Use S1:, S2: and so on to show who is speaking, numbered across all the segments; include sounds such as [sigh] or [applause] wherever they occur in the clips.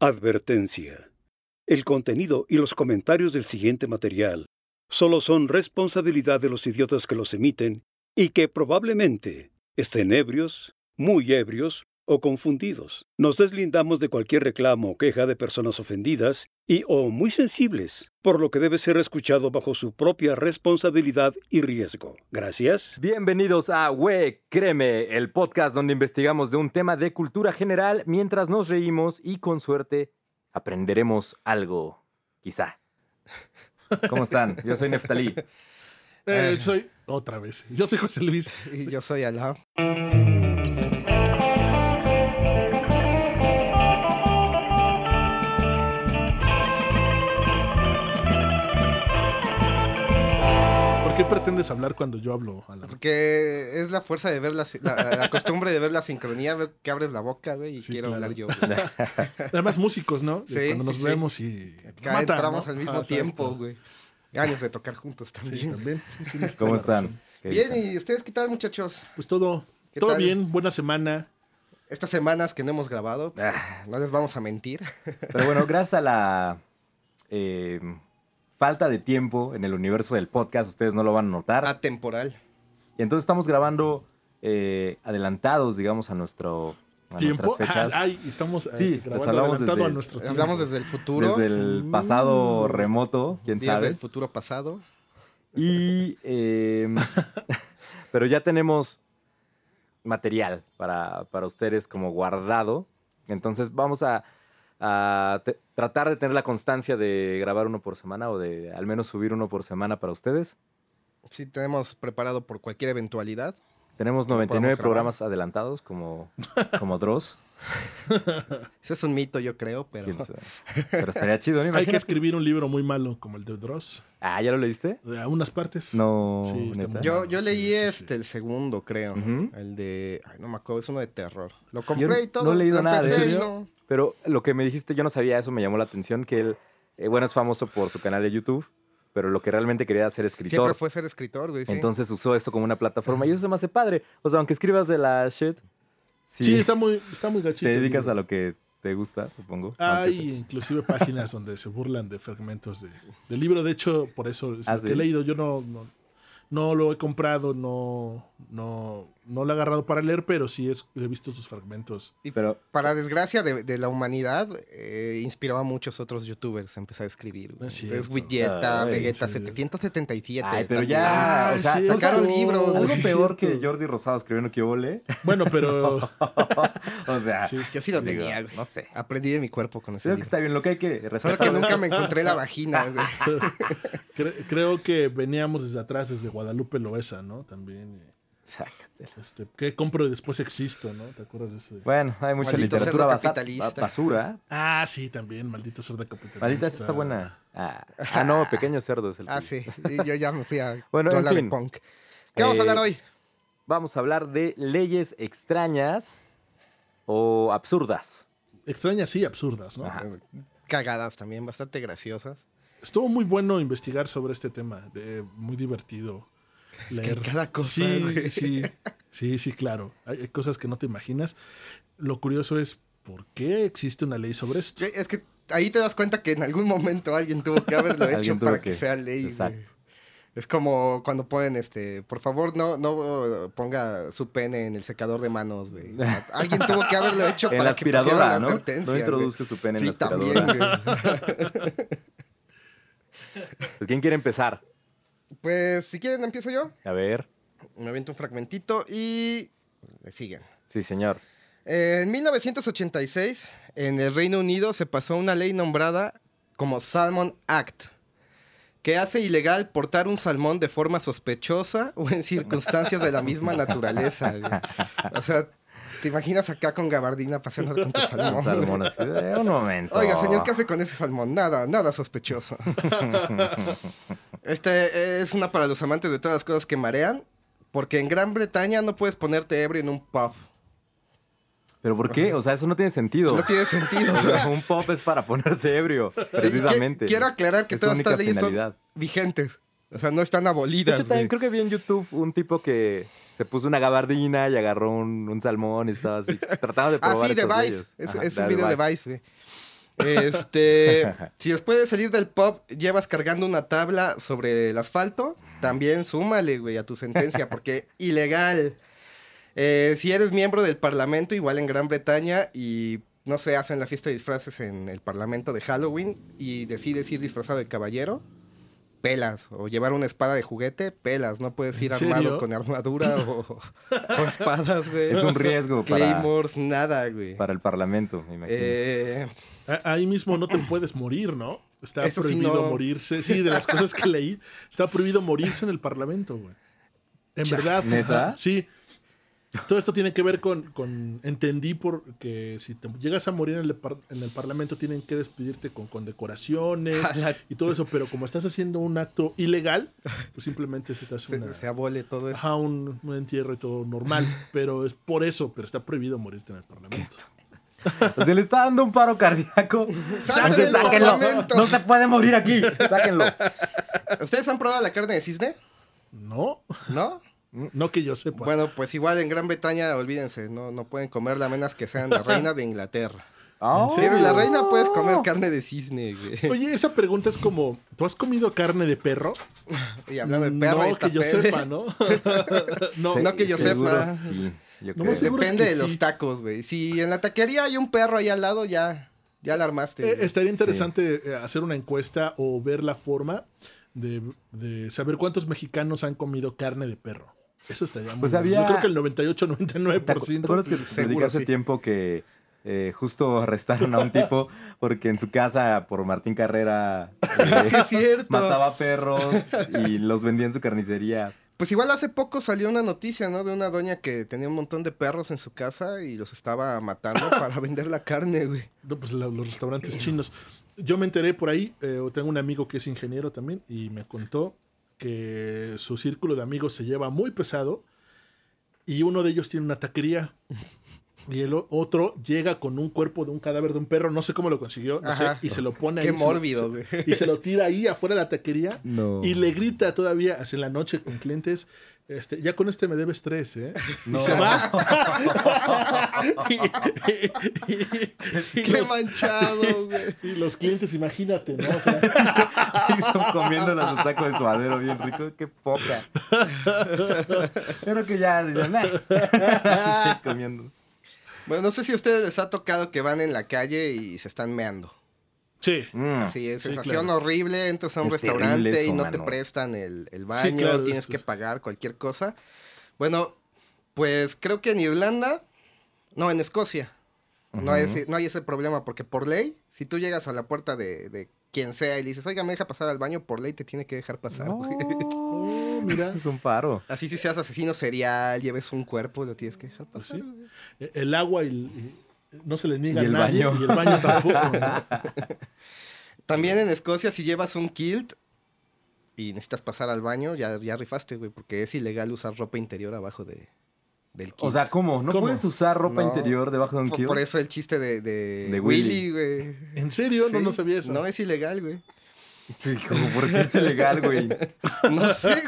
S1: Advertencia. El contenido y los comentarios del siguiente material solo son responsabilidad de los idiotas que los emiten y que probablemente estén ebrios, muy ebrios o confundidos. Nos deslindamos de cualquier reclamo o queja de personas ofendidas y o muy sensibles, por lo que debe ser escuchado bajo su propia responsabilidad y riesgo. Gracias.
S2: Bienvenidos a We Créeme, el podcast donde investigamos de un tema de cultura general mientras nos reímos y con suerte aprenderemos algo, quizá. ¿Cómo están? Yo soy Neftalí.
S3: Eh, soy otra vez. Yo soy José Luis.
S4: [laughs] Y yo soy Alá.
S3: ¿Por qué pretendes hablar cuando yo hablo? Alan?
S4: Porque es la fuerza de ver la, si- la- la costumbre de ver la sincronía, veo que abres la boca, güey, y
S3: Sí,
S4: quiero
S3: claro.
S4: hablar
S3: [laughs]
S4: yo. güey.
S3: Además, músicos, ¿no? Eh,
S4: Sí,
S3: cuando nos
S4: sí, sí.
S3: vemos y.
S4: Acá
S3: Mata,
S4: entramos
S3: ¿no?
S4: al mismo
S3: Ah,
S4: tiempo,
S3: exacto.
S4: güey. Años de tocar juntos también.
S3: Sí, también. Sí, tienes toda
S2: ¿Cómo
S3: la
S2: están?
S3: razón.
S2: ¿Qué
S4: Bien,
S2: dicen?
S4: ¿y ustedes qué tal, muchachos?
S3: Pues todo.
S4: ¿Qué
S3: Todo
S4: tal?
S3: bien, buena semana.
S4: Estas semanas que no hemos grabado,
S2: Ah,
S4: no les vamos a mentir.
S2: Pero bueno, gracias a la eh, falta de tiempo en el universo del podcast, ustedes no lo van a notar.
S4: Ah. Atemporal.
S2: Y entonces estamos grabando eh, adelantados, digamos, a nuestro a
S3: ¿Tiempo?
S2: nuestras fechas.
S3: Ah, [laughs] ay, estamos eh,
S2: Sí, les
S3: grabando
S2: hablamos
S3: adelantado
S2: desde-
S3: a nuestro tiempo.
S4: Hablamos desde el futuro,
S2: desde el
S4: días
S2: pasado remoto, quién sabe.
S4: del futuro pasado.
S2: Y. em, [laughs] pero ya tenemos material para, para ustedes como guardado. Entonces vamos a, a te- tratar de tener la constancia de grabar uno por semana o de al menos subir uno por semana para ustedes.
S4: Sí, tenemos preparado por cualquier eventualidad.
S2: Tenemos
S4: podemos
S2: 99
S4: grabar.
S2: programas adelantados
S3: [laughs]
S2: como, como Dross.
S4: Ese es un mito, yo creo, pero...
S2: quién sabe. Pero estaría chido, ¿no?
S3: Hay que
S2: Imaginas-
S3: escribir un libro muy malo como el de Dross.
S2: Ah, ¿ya lo leíste?
S3: De algunas partes.
S2: Ah, No,
S3: Sí, está
S2: neta.
S3: muy-
S4: Yo, yo
S3: Sí,
S4: leí
S3: sí, sí.
S4: este, el segundo, creo.
S2: Ujú.
S4: El de. Ay, no me acuerdo, es uno de terror. Lo compré y todo.
S2: no he leído
S4: lo
S2: nada de
S4: empecé
S2: él.
S4: y no-
S2: Pero lo que me dijiste, yo no sabía, eso me llamó la atención, que él, eh, bueno, es famoso por su canal de YouTube, pero lo que realmente quería era ser
S4: Siempre
S2: escritor.
S4: fue ser escritor, güey. sí.
S2: Entonces usó eso como una plataforma y eso se me hace padre. O sea, aunque escribas de la shit, si
S3: Sí, está muy, está muy gachito.
S2: te dedicas
S3: el
S2: a
S3: libro.
S2: lo que te gusta, supongo. aunque
S3: Hay inclusive páginas donde se burlan de fragmentos de, del libro. De hecho, por eso es
S2: Ah,
S3: lo que
S2: ¿sí?
S3: he leído. Yo no, no, no lo he comprado, no, no, no lo he agarrado para leer, pero sí es- he visto sus fragmentos.
S2: se- Pero
S4: Para desgracia de, de la humanidad, eh, inspiró a muchos otros youtubers a empezar a escribir. güey.
S3: Es
S4: Entonces,
S3: cierto.
S4: Vegeta,
S2: Ay,
S4: Vegeta
S3: sí.
S4: 777.
S2: Ay, pero
S4: también.
S2: ya,
S3: Ah,
S2: o sea,
S3: sí,
S4: sacaron
S2: algo-
S4: libros,
S2: [laughs] Algo
S3: sí,
S2: peor que
S3: cierto.
S2: Jordi Rosado escribiendo que ole.
S3: [laughs] Bueno,
S2: [laughs]
S3: pero [laughs]
S2: o sea,
S3: sí,
S4: Yo sí lo
S2: digo,
S4: tenía, güey.
S2: no sé.
S4: Aprendí de mi cuerpo con ese
S2: Creo que
S4: libro.
S2: está bien, lo que hay que
S4: Solo
S2: resaltar.
S4: que nunca me encontré la vagina,
S2: [laughs]
S4: güey.
S3: cre- creo que veníamos desde atrás, desde Guadalupe Loesa, ¿no? También. eh,
S2: Sácatela.
S3: Este, ¿Qué compro y después existo, no? ¿Te acuerdas de eso?
S2: Bueno, hay mucha
S4: Maldito
S2: literatura
S4: cerdo
S2: basa-
S4: capitalista.
S2: basura,
S3: Ah, sí, también, maldita cerda capitalista.
S2: Maldita esa está buena. Ah, ah, no, Pequeño Cerdo es el.
S4: [laughs] Ah,
S2: que-
S4: sí. Y Yo ya me fui a
S2: Bueno, en
S4: rola de
S2: fin.
S4: punk. ¿Qué vamos a hablar
S2: Eh,
S4: hoy?
S2: Vamos a hablar de leyes extrañas o absurdas.
S3: Extrañas sí, absurdas, ¿no?
S2: Ajá.
S4: Cagadas también, bastante graciosas.
S3: Estuvo muy bueno investigar sobre este tema. eh, muy divertido.
S4: que
S3: leer.
S4: cada cosa,
S3: Sí,
S4: güey.
S3: sí, sí, sí, claro. Hay, hay cosas que no te imaginas. Lo curioso es por qué existe una ley sobre esto.
S4: Sí, Es que ahí te das cuenta que en algún momento alguien tuvo que
S2: [laughs]
S4: haberlo
S2: Alguien
S4: hecho
S2: tuvo
S4: para que,
S2: que-
S4: sea ley. güey.
S2: Exacto.
S4: Es como cuando ponen este, por favor, no, no eh, ponga su pene en el secador de manos, güey. Alguien tuvo que haberlo
S2: [laughs]
S4: hecho
S2: En
S4: para
S2: la
S4: que pusieran la
S2: aspiradora, ¿no?
S4: advertencia.
S2: No
S4: güey.
S2: introduzca su pene en
S4: sí,
S2: la aspiradora.
S4: también,
S2: [laughs]
S4: güey.
S2: Pues, ¿Quién quiere empezar?
S4: Pues si quieren empiezo yo.
S2: A ver.
S4: Me aviento un fragmentito y le siguen.
S2: Sí,
S4: [laughs]
S2: señor.
S4: Eh, en 1986, en el Reino Unido se pasó una ley nombrada como Salmon Act, que hace ilegal portar un salmón de forma sospechosa o en circunstancias de la misma naturaleza. güey. O sea, ¿te imaginas acá con gabardina paseando con tu
S2: Un
S4: salmón?
S2: salmón así, eh, un momento.
S4: Oiga, señor, ¿qué hace con ese salmón? Nada, nada sospechoso. este es una para los amantes de todas las cosas que marean, porque en Gran Bretaña no puedes ponerte ebrio en un pub.
S2: ¿Pero por qué? O sea, eso no tiene sentido.
S4: No tiene sentido.
S2: [laughs] O sea, un pop es para ponerse
S4: [laughs]
S2: ebrio, precisamente.
S4: Y que- quiero aclarar que
S2: Es su
S4: todas estas
S2: única
S4: leyes [laughs]
S2: finalidad.
S4: son vigentes. O sea, no están
S2: De
S4: abolidas.
S2: hecho, también
S4: güey.
S2: creo que vi en YouTube un tipo que se puso una gabardina y
S4: [laughs]
S2: agarró un, un salmón y estaba así tratando de probar
S4: Ah, sí, de
S2: estas
S4: Vice.
S2: leyes.
S4: Es,
S2: Ajá,
S4: es
S2: de
S4: un video de
S2: Vice.
S4: Vice, güey.
S2: [laughs]
S4: Este, si después de salir del pub llevas cargando una tabla sobre el asfalto, también súmale, güey, a tu
S2: [laughs]
S4: sentencia, porque ilegal. Eh, si eres miembro del Parlamento, igual en Gran Bretaña, y no sé, hacen la fiesta de disfraces en el Parlamento de Halloween y decides ir disfrazado de caballero, pelas. O llevar una espada de juguete, pelas. No puedes ir
S3: ¿En serio?
S4: armado con armadura o, o
S3: [laughs]
S4: espadas, güey.
S2: Es un
S4: [laughs]
S2: riesgo para,
S4: Claymores, nada, güey.
S2: para el parlamento, me imagino.
S3: [laughs]
S4: Eh, [laughs]
S3: A- Ahí mismo no te puedes morir, ¿no? Está
S4: Eso sí,
S3: prohibido
S4: no.
S3: morirse. Sí, de las cosas que leí, está prohibido morirse en el Parlamento, güey. En verdad.
S2: ¿Neta?
S3: Sí. Todo esto tiene que ver con, con- entendí por que si te llegas a morir en el, par- en el Parlamento tienen que despedirte con
S4: [laughs]
S3: condecoraciones
S4: Ala.
S3: y todo eso, pero como estás haciendo un acto ilegal, pues simplemente se te hace una,
S4: se, se abole todo eso.
S3: ajá, un, un entierro y todo normal, pero es por eso, pero está prohibido morirte en el Parlamento.
S2: O sea, le está dando un paro
S4: [laughs]
S2: cardíaco.
S4: ¡Salte del
S2: sáquenlo.
S4: Parlamento!
S2: No se puede morir aquí.
S4: [laughs]
S2: Sáquenlo.
S4: ¿Ustedes han probado la carne de cisne?
S3: ¿No?
S4: ¿No?
S3: No que yo sepa.
S4: Bueno, pues igual en Gran Bretaña, olvídense, no, no pueden comerla a menos que sean la reina
S3: [laughs]
S4: de Inglaterra.
S2: Oh.
S4: Si eres la reina, puedes comer carne de cisne, güey. [laughs]
S3: Oye, esa pregunta es como, ¿tú has comido carne de perro? Mm,
S4: Y hablando de perro,
S3: no,
S4: ahí está
S3: que yo
S4: Fede. [laughs]
S3: sepa, ¿no? no,
S2: Se-
S4: no que yo
S2: seguro
S4: sepa.
S2: Sí, yo
S3: No
S2: creo.
S3: sé. Seguro es
S4: Depende
S3: que
S4: de los
S3: sí.
S4: tacos, güey. Si en la taquería hay un perro ahí al lado, ya, ya la armaste.
S3: Eh,
S4: güey.
S3: estaría interesante eh, hacer una encuesta o ver la forma de, de saber cuántos mexicanos han comido carne de perro. Eso estaría muy
S2: Pues
S3: bien.
S2: había-
S3: Yo creo que el
S2: ¿Te acu- te
S3: 98-99%.
S2: acuerdas que te
S4: Seguro
S2: platicé hace
S4: sí.
S2: tiempo que eh, justo arrestaron a un tipo porque en su casa por Martín Carrera eh,
S4: [laughs] Sí, es cierto.
S2: mataba perros y los vendía en su carnicería?
S4: Pues igual hace poco salió una noticia, ¿no? De una doña que tenía un montón de perros en su casa y los estaba
S3: [laughs]
S4: matando para vender la carne, güey.
S3: No, pues la- los restaurantes chinos. Yo me enteré por ahí, eh, o tengo un amigo que es ingeniero también, y me contó que su círculo de amigos se lleva muy pesado y uno de ellos tiene una taquería. Y el o- otro llega con un cuerpo de un cadáver de un perro, no sé cómo lo consiguió, no sé,
S4: Ajá.
S3: y se lo pone ahí.
S4: Qué
S3: se lo-
S4: mórbido, güey. [laughs]
S3: se- y se lo tira ahí afuera de la taquería
S2: No.
S3: y le grita todavía hacia la noche con clientes. Este, ya con este me debes tres,
S4: [laughs]
S3: ¿eh? [laughs]
S2: No.
S3: Y se va. Y- y- y- y
S4: Qué
S3: los-
S4: manchado, güey.
S3: y los clientes, imagínate, ¿no? O sea,
S2: comiendo los tacos de suadero bien rico. Qué poca. Creo que ya dicen, "Nah". Siguen comiendo.
S4: [laughs] Bueno, no sé si a ustedes les ha tocado que van en la calle y se están meando.
S3: sí.
S2: Mm.
S4: Sí, es
S3: Sí,
S4: sensación
S3: claro.
S4: horrible, entras a un
S2: Es terrible
S4: restaurante
S2: eso,
S4: y no te
S2: mano.
S4: prestan el, el baño,
S3: claro,
S4: tienes
S3: esto
S4: que
S3: es-
S4: pagar cualquier cosa. Bueno, pues creo que en Irlanda, no, en Escocia, no, hay
S2: Ujú.
S4: ese, no hay ese problema, porque por ley, si tú llegas a la puerta de, de quien sea y le dices, oiga, me deja pasar al baño, por ley te tiene que dejar pasar.
S2: No.
S4: güey.
S3: Oh, mira.
S2: Es un paro.
S4: [laughs] Así si seas asesino serial, lleves un cuerpo, lo tienes que dejar
S3: Pues
S4: pasar.
S3: sí. E- El agua y, y- no se le niega
S2: Y el
S3: a nadie.
S2: baño.
S3: Y el baño tampoco. ¿no?
S2: [laughs]
S4: También en Escocia, si llevas un kilt y necesitas pasar al baño, ya, ya rifaste, güey, porque es ilegal usar ropa interior abajo de, del kilt.
S2: O sea, ¿cómo? ¿No
S3: ¿Cómo?
S2: puedes usar ropa
S4: No.
S2: interior debajo de un
S4: por,
S2: kilt?
S4: por
S2: [laughs]
S4: eso el chiste de, de
S2: De Willy.
S3: [laughs]
S4: Willy, güey.
S3: ¿En serio? No,
S4: Sí,
S3: no sabía eso.
S4: No, es ilegal, güey.
S2: Como, ¿Por qué es ilegal, güey?
S4: No [laughs] sé,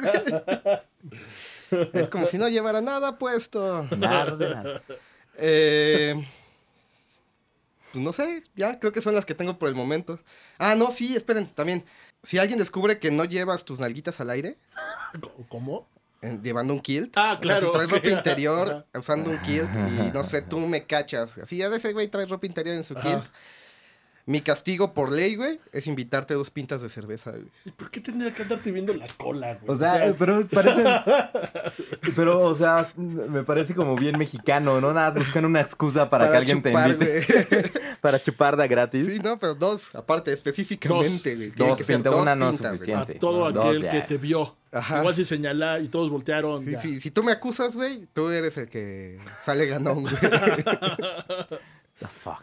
S4: güey. Es como si no llevara nada puesto.
S2: Nada de nada.
S4: Eh, pues no sé, ya creo que son las que tengo por el momento. Ah, no, sí, esperen, también. Si alguien descubre que no llevas tus nalguitas al aire,
S3: ¿Cómo?
S4: en- llevando un kilt.
S3: Ah,
S4: O sea,
S3: claro,
S4: si traes
S3: ok.
S4: ropa interior
S3: Ajá.
S4: usando un kilt y no sé, tú me cachas. Así, ya ese güey trae ropa interior en su
S3: Ajá.
S4: kilt. Mi castigo por ley, güey, es invitarte dos pintas de cerveza, güey.
S3: ¿Y ¿Por qué tendría que andarte viendo la cola, güey?
S2: O sea, eh, pero parece. Pero, o sea, me parece como bien mexicano, ¿no? Nada más buscan una excusa para, que alguien te invite.
S4: güey. [laughs]
S2: Para chupar de gratis.
S4: Sí, no, pero dos, aparte, específicamente, güey. Tiene
S2: Dos
S4: que ser
S2: pintas,
S4: dos
S2: una no es
S4: pintas, güey.
S2: suficiente.
S3: a todo
S2: no,
S3: aquel
S2: dos,
S3: que
S2: ya.
S3: te vio.
S4: Ajá.
S3: Igual si señalá y todos voltearon.
S4: Sí,
S3: ya.
S4: sí, si tú me acusas, güey, tú eres el que sale
S2: [laughs]
S4: ganón, güey.
S2: The fuck.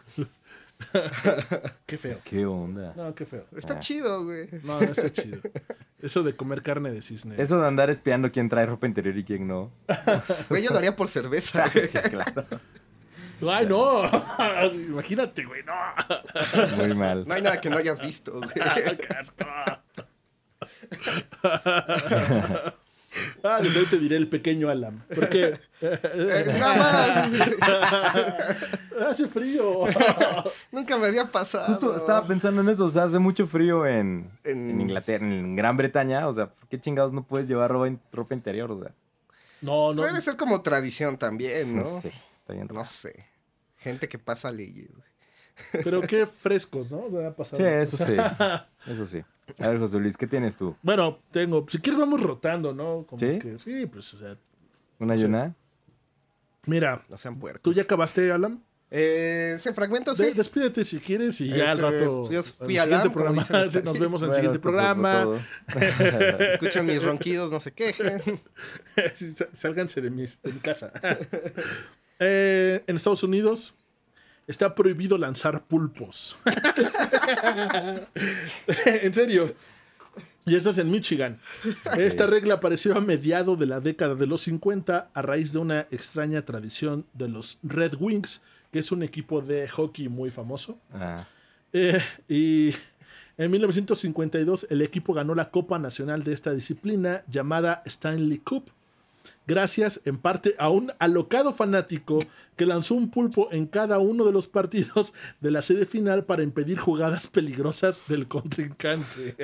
S3: Qué feo.
S2: ¿Qué onda?
S3: No, qué feo.
S4: Está chido, güey.
S3: No, no está
S2: [laughs]
S3: chido. Eso de comer carne de cisne.
S2: Eso de andar espiando quién trae ropa interior y quién
S4: [laughs]
S2: no.
S4: Güey, yo lo haría
S2: [laughs]
S4: por cerveza, güey.
S2: Sí, claro.
S3: Ay, no. [laughs] Imagínate, güey. No.
S2: Muy mal.
S4: No hay nada que no
S3: [laughs]
S4: hayas visto, güey.
S3: Qué asco. Ah, desde hoy te diré el pequeño Alam. [laughs] Porque
S4: Eh, nada más.
S3: hace frío.
S4: Nunca me había pasado.
S2: Justo estaba pensando en eso, o sea, hace mucho frío en,
S4: En-
S2: en Inglaterra, en Gran Bretaña, o sea, ¿por qué chingados no puedes llevar ropa, in- ropa interior? O sea,
S3: No, no.
S4: Debe ser como tradición también,
S2: no,
S4: ¿no?
S2: sé, está bien raro.
S4: No sé. Gente que pasa leyes. güey.
S3: Pero qué frescos, ¿no? O sea, ha pasado.
S2: Sí, eso
S4: [laughs]
S2: sí, eso sí. A ver, José Luis, ¿qué tienes tú?
S3: Bueno, tengo. Si quieres, vamos rotando, ¿no? Como
S2: ¿Sí?
S3: que- sí, pues, o sea.
S2: ¿Una
S3: Sí.
S2: llenada?
S3: Mira,
S4: No sean puercos.
S3: ¿tú ya acabaste, Alam?
S4: Eh, Ese fragmento sí.
S3: De- despídete si quieres y ya al
S4: Este,
S3: rato.
S4: yo
S3: al
S4: fui Alam,
S3: siguiente
S4: como
S3: programa.
S4: dicen los
S3: Sí, [laughs] Nos vemos en el siguiente programa.
S4: Escuchan mis ronquidos, no se quejen.
S3: [laughs] Sí, sa- Sálganse de mi, de mi casa. [laughs] Eh, en Estados Unidos está prohibido lanzar pulpos. [laughs] en serio. Y esto es en Michigan. Esta regla apareció a mediados de la década de los 50 a raíz de una extraña tradición de los Red Wings, que es un equipo de hockey muy famoso.
S2: Ah,
S3: Eh, y en 1952 el equipo ganó la Copa Nacional de esta disciplina llamada Stanley Cup, gracias en parte a un alocado fanático que lanzó un pulpo en cada uno de los partidos de la serie final para impedir jugadas peligrosas del
S4: [laughs]
S3: contrincante.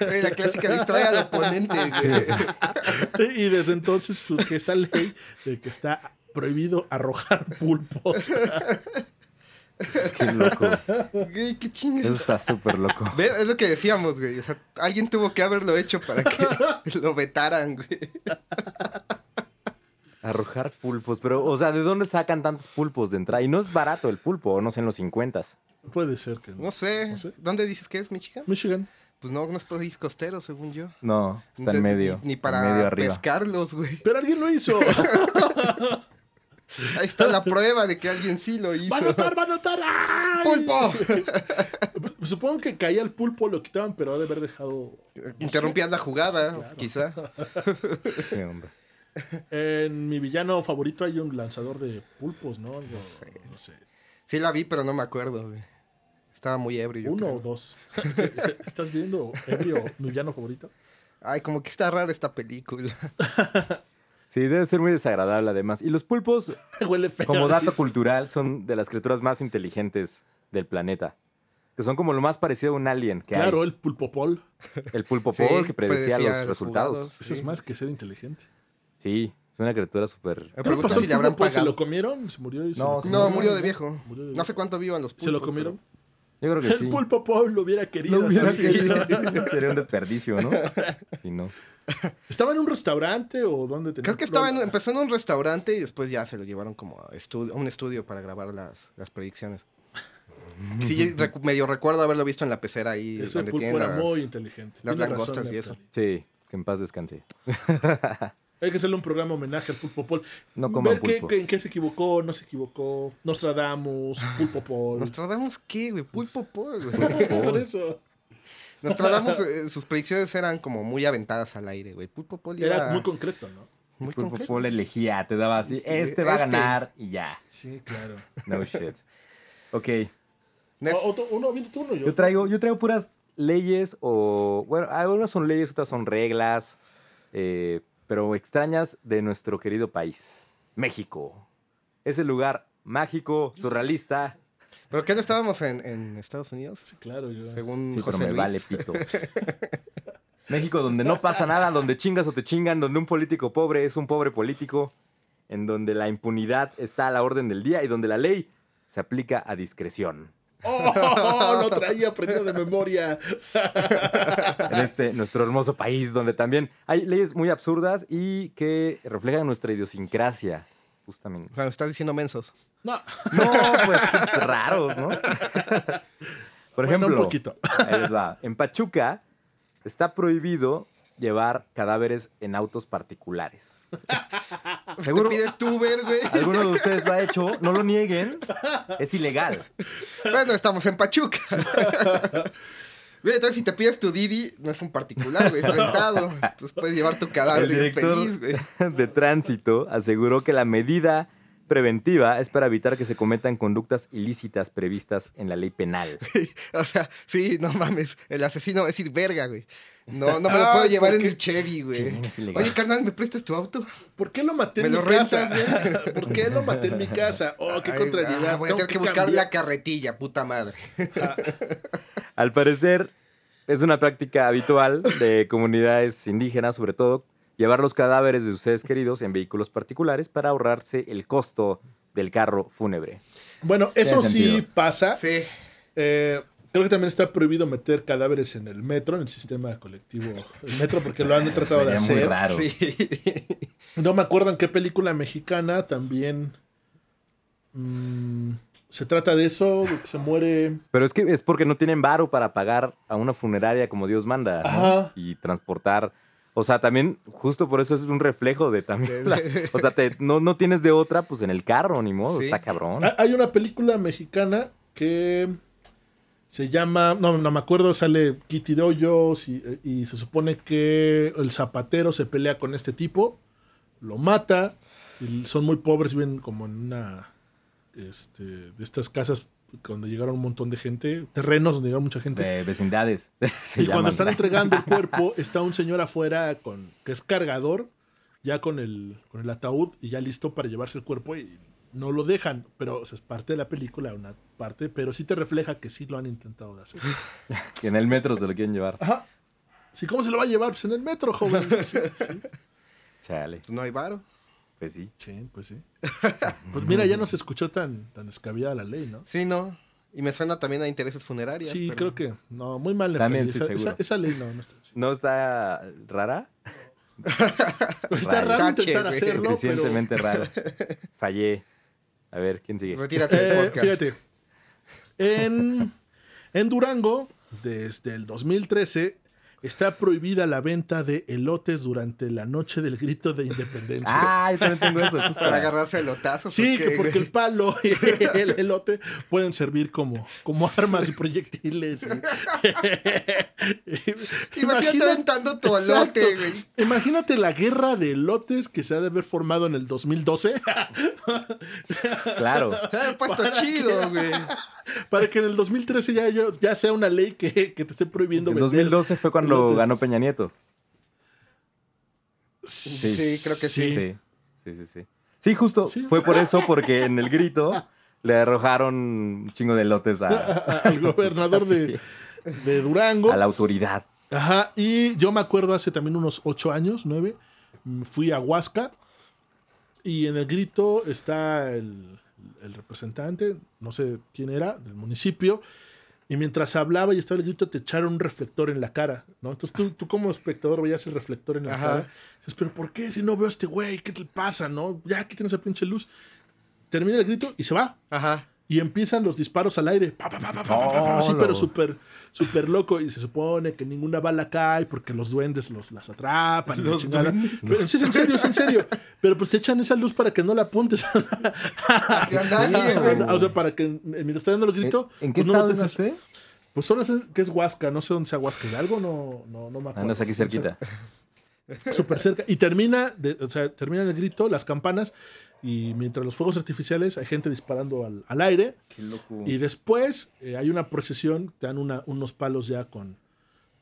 S4: Güey, La clásica distrae al oponente. güey.
S3: y desde entonces surge esta ley de que está prohibido arrojar pulpos.
S2: qué loco,
S4: Güey, qué chingas.
S2: eso está súper loco.
S4: Ve, Es lo que decíamos, güey. O sea, alguien tuvo que haberlo hecho para que [laughs] lo vetaran, güey.
S2: Arrojar pulpos, pero, o sea, ¿de dónde sacan tantos pulpos de entrada? Y no es barato el pulpo, no sé, en los 50.
S3: Puede ser que no.
S4: No sé.
S2: ¿Ah,
S3: No sé.
S4: ¿Dónde dices que es Michigan?
S3: Michigan.
S4: Pues no, no es país costero, según yo.
S2: No, está en
S4: Ni-
S2: medio.
S4: Ni,
S2: en
S4: para
S2: medio arriba.
S4: pescarlos, güey.
S3: Pero alguien lo
S4: [laughs]
S3: hizo.
S4: Ahí está la prueba de que alguien sí lo hizo.
S3: ¡Va a anotar, va a anotar! ¡Ay!
S4: ¡Pulpo! [laughs]
S3: Supongo que caía el pulpo, lo quitaban, pero ha de haber dejado.
S4: Interrumpías la jugada, quizá.
S2: Sí, hombre.
S3: En mi villano favorito hay un lanzador de pulpos, ¿no? Algo- no sé.
S4: Sí la vi, pero no me acuerdo, güey. Estaba muy ebrio. yo
S3: Uno
S4: creo.
S3: o dos. [laughs] ¿Estás viendo ebrio mi villano favorito?
S4: Ay, como que está rara esta película.
S2: Sí, debe ser muy desagradable además. Y los pulpos,
S3: [laughs] Huele feo.
S2: como dato cultural, son de las criaturas más inteligentes del planeta. Que son como lo más parecido a un alien que
S3: Claro, el pulpopol.
S2: hay. El pulpo
S4: Sí,
S2: Paul que predecía, los
S4: predecía los
S2: resultados.
S4: jugados.
S3: Eso
S4: Sí.
S3: es más que ser inteligente.
S2: Sí, es una criatura súper...
S4: Me
S3: ¿Qué le
S4: pregunto
S3: pasó
S4: si
S3: al
S4: le habrán
S3: pulpopol? ¿Se
S4: pagado.
S3: lo comieron? ¿Se murió? y se
S2: No,
S3: lo [laughs]
S2: se
S4: No,
S3: comieron?
S4: murió de viejo.
S3: Murió de
S4: No sé cuánto vivan los pulpos.
S3: ¿Se lo comieron?
S2: Yo creo que
S3: El
S2: sí.
S3: pulpo Paul lo hubiera
S2: [laughs]
S3: querido.
S2: Lo hubiera
S3: sí.
S2: querido, [laughs] sí, Sería un desperdicio, ¿no? Si no.
S3: [laughs] ¿Estaba en un restaurante o dónde tenía?
S4: pero- Creo que estaba en,
S3: No,
S4: empezó en un restaurante y después ya se lo llevaron como a, estu- a un estudio para grabar las,
S3: [laughs]
S4: las predicciones. Sí, recu- medio recuerdo haberlo visto en la pecera ahí
S3: Ese
S4: donde
S3: pulpo
S4: tienen
S3: era
S4: las-
S3: muy inteligente.
S4: las
S3: Tiene razón,
S4: langostas y eso.
S3: Natalie.
S2: Sí, que en paz descanse.
S3: Hay que hacerle un programa homenaje al Pulpo Pol.
S2: No coman
S3: Ver qué-
S2: pulpo.
S3: qué- en qué se equivocó, no se equivocó. Nostradamus, Pulpo Pol. [laughs]
S4: Nostradamus, ¿qué, güey? Pulpo Paul, güey.
S3: Por eso.
S4: Nostradamus, eh, sus predicciones eran como muy aventadas al aire, güey. Pulpo Paul iba
S3: Era muy concreto, ¿no?
S4: muy
S2: pues, El pulpo
S4: concreto.
S2: Paul elegía, te daba así, este va a
S4: Este.
S2: ganar y ya.
S3: Sí, [laughs] claro.
S2: No shit. Ok,
S4: Nef-
S2: Oh,
S3: uno, aviéntate uno yo.
S2: yo traigo, yo traigo puras leyes o... Bueno, algunas son leyes, otras son reglas, eh, pero extrañas de nuestro querido país, México. Es el lugar mágico, surrealista.
S4: ¿Pero qué no estábamos en, en Estados Unidos?
S3: Sí, claro, yo.
S4: Según
S2: Sí,
S4: José
S2: pero me
S4: Luis.
S2: vale pito.
S4: [laughs]
S2: México, donde no pasa nada, donde chingas o te chingan, donde un político pobre es un pobre político, en donde la impunidad está a la orden del día y donde la ley se aplica a discreción.
S3: [laughs] ¡Oh! Lo traía aprendido de memoria.
S2: En este, nuestro hermoso país, donde también hay leyes muy absurdas y que reflejan nuestra idiosincrasia, justamente.
S4: O sea, estás diciendo mensos.
S3: No,
S2: [laughs] No, pues qué raros, ¿no? Por
S3: bueno,
S2: ejemplo,
S3: un poquito.
S2: Ahí les va. En Pachuca está prohibido llevar cadáveres en autos [laughs] particulares. Seguro
S4: Te pides tu
S2: [laughs]
S4: Uber, güey.
S2: alguno de ustedes lo ha hecho, no lo nieguen, es ilegal.
S4: Bueno, estamos
S2: [laughs]
S4: en Pachuca. Güey, entonces si te pides tu Didi, no es un particular,
S2: [laughs]
S4: güey, es rentado. Entonces puedes llevar tu
S2: El
S4: cadáver bien
S2: [laughs] director
S4: feliz, güey.
S2: de tránsito aseguró que la medida preventiva es para evitar que se cometan conductas ilícitas previstas en la ley penal.
S4: [laughs] O sea, sí, no mames. El asesino va a decir verga, güey. No, no me lo puedo
S3: Ay,
S4: llevar
S3: ¿por
S4: en
S3: qué?
S4: mi Chevy, güey.
S2: Ah, es ilegal.
S4: Oye, carnal, ¿me prestas tu auto?
S3: ¿Por qué lo maté
S4: ¿Me
S3: en
S4: lo
S3: mi casa? [laughs] ¿Por qué lo maté en mi casa? Oh, qué
S4: Ay,
S3: contrariedad.
S4: ah, voy a
S3: Tengo
S4: tener que buscar
S3: cambiar.
S4: la carretilla, puta madre.
S2: Al parecer, es una práctica habitual de comunidades indígenas, sobre todo, llevar los cadáveres de sus seres queridos en vehículos particulares para ahorrarse el costo del carro fúnebre.
S3: Bueno, eso
S2: Tiene
S3: sí
S2: sentido.
S3: pasa.
S4: Sí.
S3: Eh, creo que también está prohibido meter cadáveres en el metro, en el sistema colectivo del metro, porque lo han tratado de hacer.
S2: Ah.
S5: raro.
S2: Oh.
S4: Sí.
S3: No me acuerdo en qué película mexicana también mm, se trata de eso, de que se muere.
S2: Pero es que es porque no tienen varo para pagar a una funeraria como Dios manda ¿no?
S3: Ajá.
S2: y transportar. O sea, también, justo por eso es un reflejo de también. las- o sea, te- no, no tienes de otra, pues en el carro, ni modo,
S4: Sí.
S2: está cabrón.
S3: Ah, Hay una película mexicana que se llama, no, no me acuerdo, sale Kitty Doyos y, y se supone que el zapatero se pelea con este tipo, lo mata, y son muy pobres, viven como en una este, de estas casas donde llegaron un montón de gente, terrenos donde llegaron mucha gente.
S5: De vecindades.
S2: [laughs] Se
S3: y cuando
S2: llaman.
S3: están entregando
S2: [laughs]
S3: el cuerpo, está un señor afuera con que es cargador, ya con el, con el ataúd y ya listo para llevarse el cuerpo y no lo dejan, pero o sea, es parte de la película, una parte, pero sí te refleja que sí lo han intentado
S2: [laughs]
S3: de hacer.
S2: Y en el metro se lo quieren llevar.
S3: Ajá. Sí, ¿cómo se lo va a llevar? Pues en el
S2: [laughs]
S3: metro, joven. Sí, sí.
S2: Chale,
S4: Pues no hay varo.
S2: pues sí.
S3: Sí, pues sí. Pues mira, ya no se escuchó tan, tan descabellada la ley, ¿no?
S4: Sí, no. Y me suena también a intereses funerarios.
S3: Sí, creo que no, muy mal.
S2: También,
S3: Efraín.
S2: sí,
S3: esa,
S2: seguro.
S3: esa- esa ley no, no está.
S2: ¿No está rara?
S3: Está
S2: Rayos.
S3: raro
S4: Tache,
S3: intentar
S4: güey.
S3: hacerlo, pero... [laughs]
S2: Suficientemente rara. Fallé. A ver, ¿quién sigue?
S4: Retírate del
S3: Eh,
S4: podcast.
S3: fíjate. En, en Durango, desde el 2013, está prohibida la venta de elotes durante la noche del grito de independencia.
S2: Ah, yo también tengo
S3: [laughs]
S2: eso. justo.
S4: Para agarrarse el lotazo.
S3: sí, que porque el [laughs]
S4: güey?
S3: palo y el elote pueden servir como, como armas y proyectiles.
S4: Imagínate
S3: Imagina-
S4: aventando tu alote,
S3: Exacto.
S4: güey.
S3: Imagínate la guerra de elotes que se ha de haber formado en el 2012
S2: Claro.
S4: Se ha puesto chido, güey.
S3: [laughs] para que en el 2013 ya, ya- ya sea una ley que, que te esté prohibiendo
S2: En
S3: vender
S2: 2012 fue cuando
S3: elotes.
S2: ganó Peña Nieto.
S4: Sí, creo que sí.
S2: Sí, sí, sí. Sí, Sí, justo.
S3: Sí.
S2: Fue por eso, porque en el grito le arrojaron un chingo de lotes a,
S3: a- [laughs]
S2: [laughs]
S3: al [laughs] gobernador
S4: [laughs]
S3: de, de Durango.
S2: a la autoridad.
S3: Ajá, y yo me acuerdo hace también unos ocho años, nueve, mm, fui a Huasca y en el grito está el, el representante, no sé quién era, del municipio. Y mientras hablaba y estaba el grito, te echaron un reflector en la cara, ¿no? Entonces tú, tú como espectador veías el reflector en la
S4: Ajá.
S3: cara. Dices, pero ¿por qué? Si no veo a este güey, ¿qué te pasa, no? Ya aquí tienes esa pinche luz. Termina el grito y se va.
S4: Ajá.
S3: Y empiezan los disparos al aire. Pa, pa, pa, pa, pa, pa, pa, pa, sí,
S2: No,
S3: pero
S2: lo-
S3: súper súper loco. Y se supone que ninguna bala cae porque los duendes los, las atrapan. y la
S4: Los
S3: chingada. Pero, sí, es en serio, es en serio. Pero pues te echan esa luz para que no la apuntes.
S4: Que andale, güey.
S3: [laughs] o sea, para que eh, mientras está dando el grito.
S2: ¿En qué
S3: pues, no
S2: estado
S3: notes
S2: es
S3: eso.
S2: este?
S3: Pues solo sé que es Huasca. No sé dónde sea Huasca. ¿De algo? No, no, no me
S2: Ah,
S3: acuerdo.
S2: no, es aquí cerquita.
S3: Súper cerca. Y termina, de- o sea, termina el grito, las campanas. Y mientras los fuegos artificiales, hay gente disparando al- al aire.
S2: Qué loco. [laughs]
S3: Y después eh, hay una procesión, te dan una- unos palos ya con,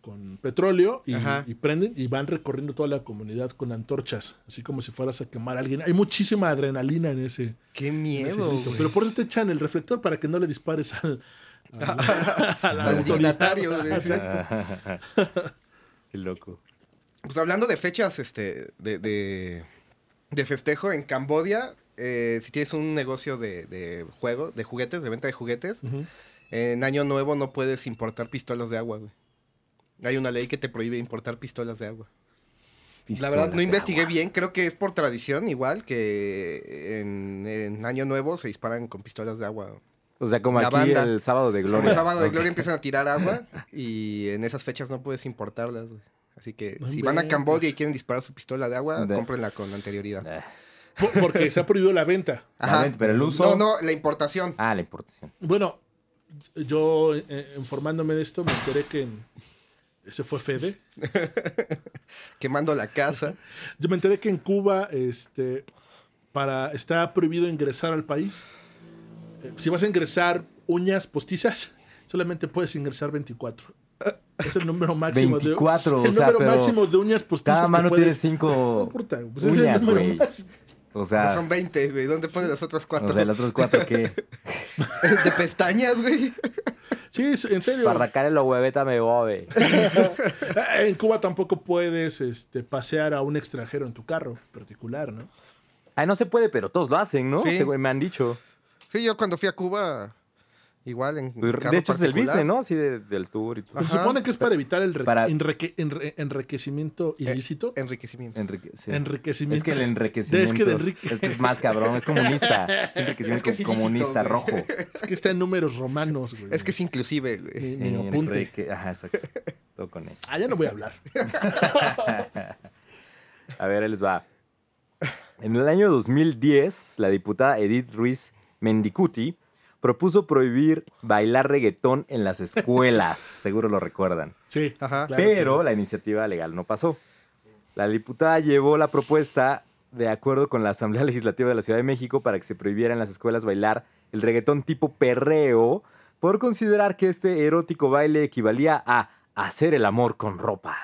S3: con petróleo y,
S4: Ajá.
S3: y prenden y van recorriendo toda la comunidad con antorchas, así como si fueras a quemar a alguien. Hay muchísima adrenalina en ese,
S4: Qué
S3: en ese
S4: miedo,
S3: grito,
S4: güey.
S3: pero por eso te echan el reflector para que no le dispares al, al- a la
S4: Al
S3: autoridad.
S4: dignatario, güey. sí.
S2: Qué loco.
S4: Pues hablando de fechas este, de, de, de festejo en Cambodia, eh, si tienes un negocio de, de juego, de juguetes, de venta de juguetes,
S3: Ujú.
S4: en Año Nuevo no puedes importar pistolas de agua, güey. Hay una ley que te prohíbe importar pistolas de agua. La verdad,
S2: Pistolas
S4: no
S2: de
S4: investigué
S2: agua.
S4: bien, creo que es por tradición, igual que en, en Año Nuevo se disparan con pistolas de agua.
S2: O sea, como
S4: La
S2: aquí
S4: banda.
S2: el sábado de
S4: Como
S2: Gloria.
S4: el sábado de gloria empiezan a tirar
S2: [laughs]
S4: agua y en esas fechas no puedes importarlas, güey. Así que
S3: No
S4: si van a
S3: inventes.
S4: Cambodia y quieren disparar su pistola de agua,
S2: De-
S4: cómprenla con anterioridad.
S2: Ah,
S3: Po- Porque se ha prohibido la venta.
S4: Ajá.
S2: vale, Pero el uso.
S4: No, no, la importación.
S2: Ah, la importación.
S3: Bueno, yo eh, informándome de esto me enteré que en- ese fue Fede.
S4: Quemando la casa.
S3: Yo me enteré que en Cuba, este, para está prohibido ingresar al país. Eh, si vas a ingresar uñas postizas, [laughs] solamente puedes ingresar 24. Es el número máximo
S2: 24,
S3: de
S2: o
S3: el
S2: sea,
S3: número
S2: pero
S3: máximo de uñas postizas.
S2: Cada
S3: que
S2: mano tiene
S3: puedes- [laughs] No
S2: 5
S3: importa, pues es el
S2: uñas,
S3: número
S2: güey.
S3: más-
S2: O
S4: Ya
S2: sea,
S4: Son 20, güey. ¿Dónde pones las otras cuatro?
S2: o sea, los otros 4 que
S4: [laughs] De pestañas, güey.
S3: Sí, es- en serio.
S2: para arrancar en la hueveta me bobe.
S3: Ah, [laughs] En Cuba tampoco puedes este, pasear a un extranjero en tu carro particular, ¿no?
S2: Ay, Ah, no se puede, pero todos lo hacen, ¿no?
S4: Sí.
S2: Según me han dicho.
S4: Sí, yo cuando fui a Cuba, igual en. carro
S2: Pues, De hecho, es el
S4: particular.
S2: business, ¿no? Así de- del tour y todo.
S3: Pues, Se
S4: Ajá.
S3: supone que es para evitar el re-
S2: Para-
S3: enrique- enre- enriquecimiento ilícito.
S4: eh, Enriquecimiento.
S2: Enrique- sí.
S3: enriquecimiento.
S2: Es que el enriquecimiento.
S3: Es que el enrique-
S2: es, que es más cabrón, es comunista. Es enriquecimiento
S4: Es que es ilícito,
S2: comunista
S4: güey.
S2: rojo.
S3: Es que está en números romanos, güey.
S4: Es que es inclusive, eh, güey.
S3: Ni- ni apunte.
S2: Enrique- Ajá, exacto. Todo con él.
S3: Ah, ya no voy a hablar.
S2: A ver, ahí les va. En el año 2010, la diputada Edith Ruiz Mendicuti propuso prohibir bailar reggaetón en las escuelas. Seguro lo recuerdan.
S3: Sí.
S4: Ajá.
S3: Claro
S2: Pero
S3: que-
S2: la iniciativa legal no pasó. La diputada llevó la propuesta de acuerdo con la Asamblea [laughs] Legislativa de la Ciudad de México para que se prohibiera en las escuelas bailar el reggaetón tipo perreo por considerar que este erótico baile equivalía a hacer el amor con ropa.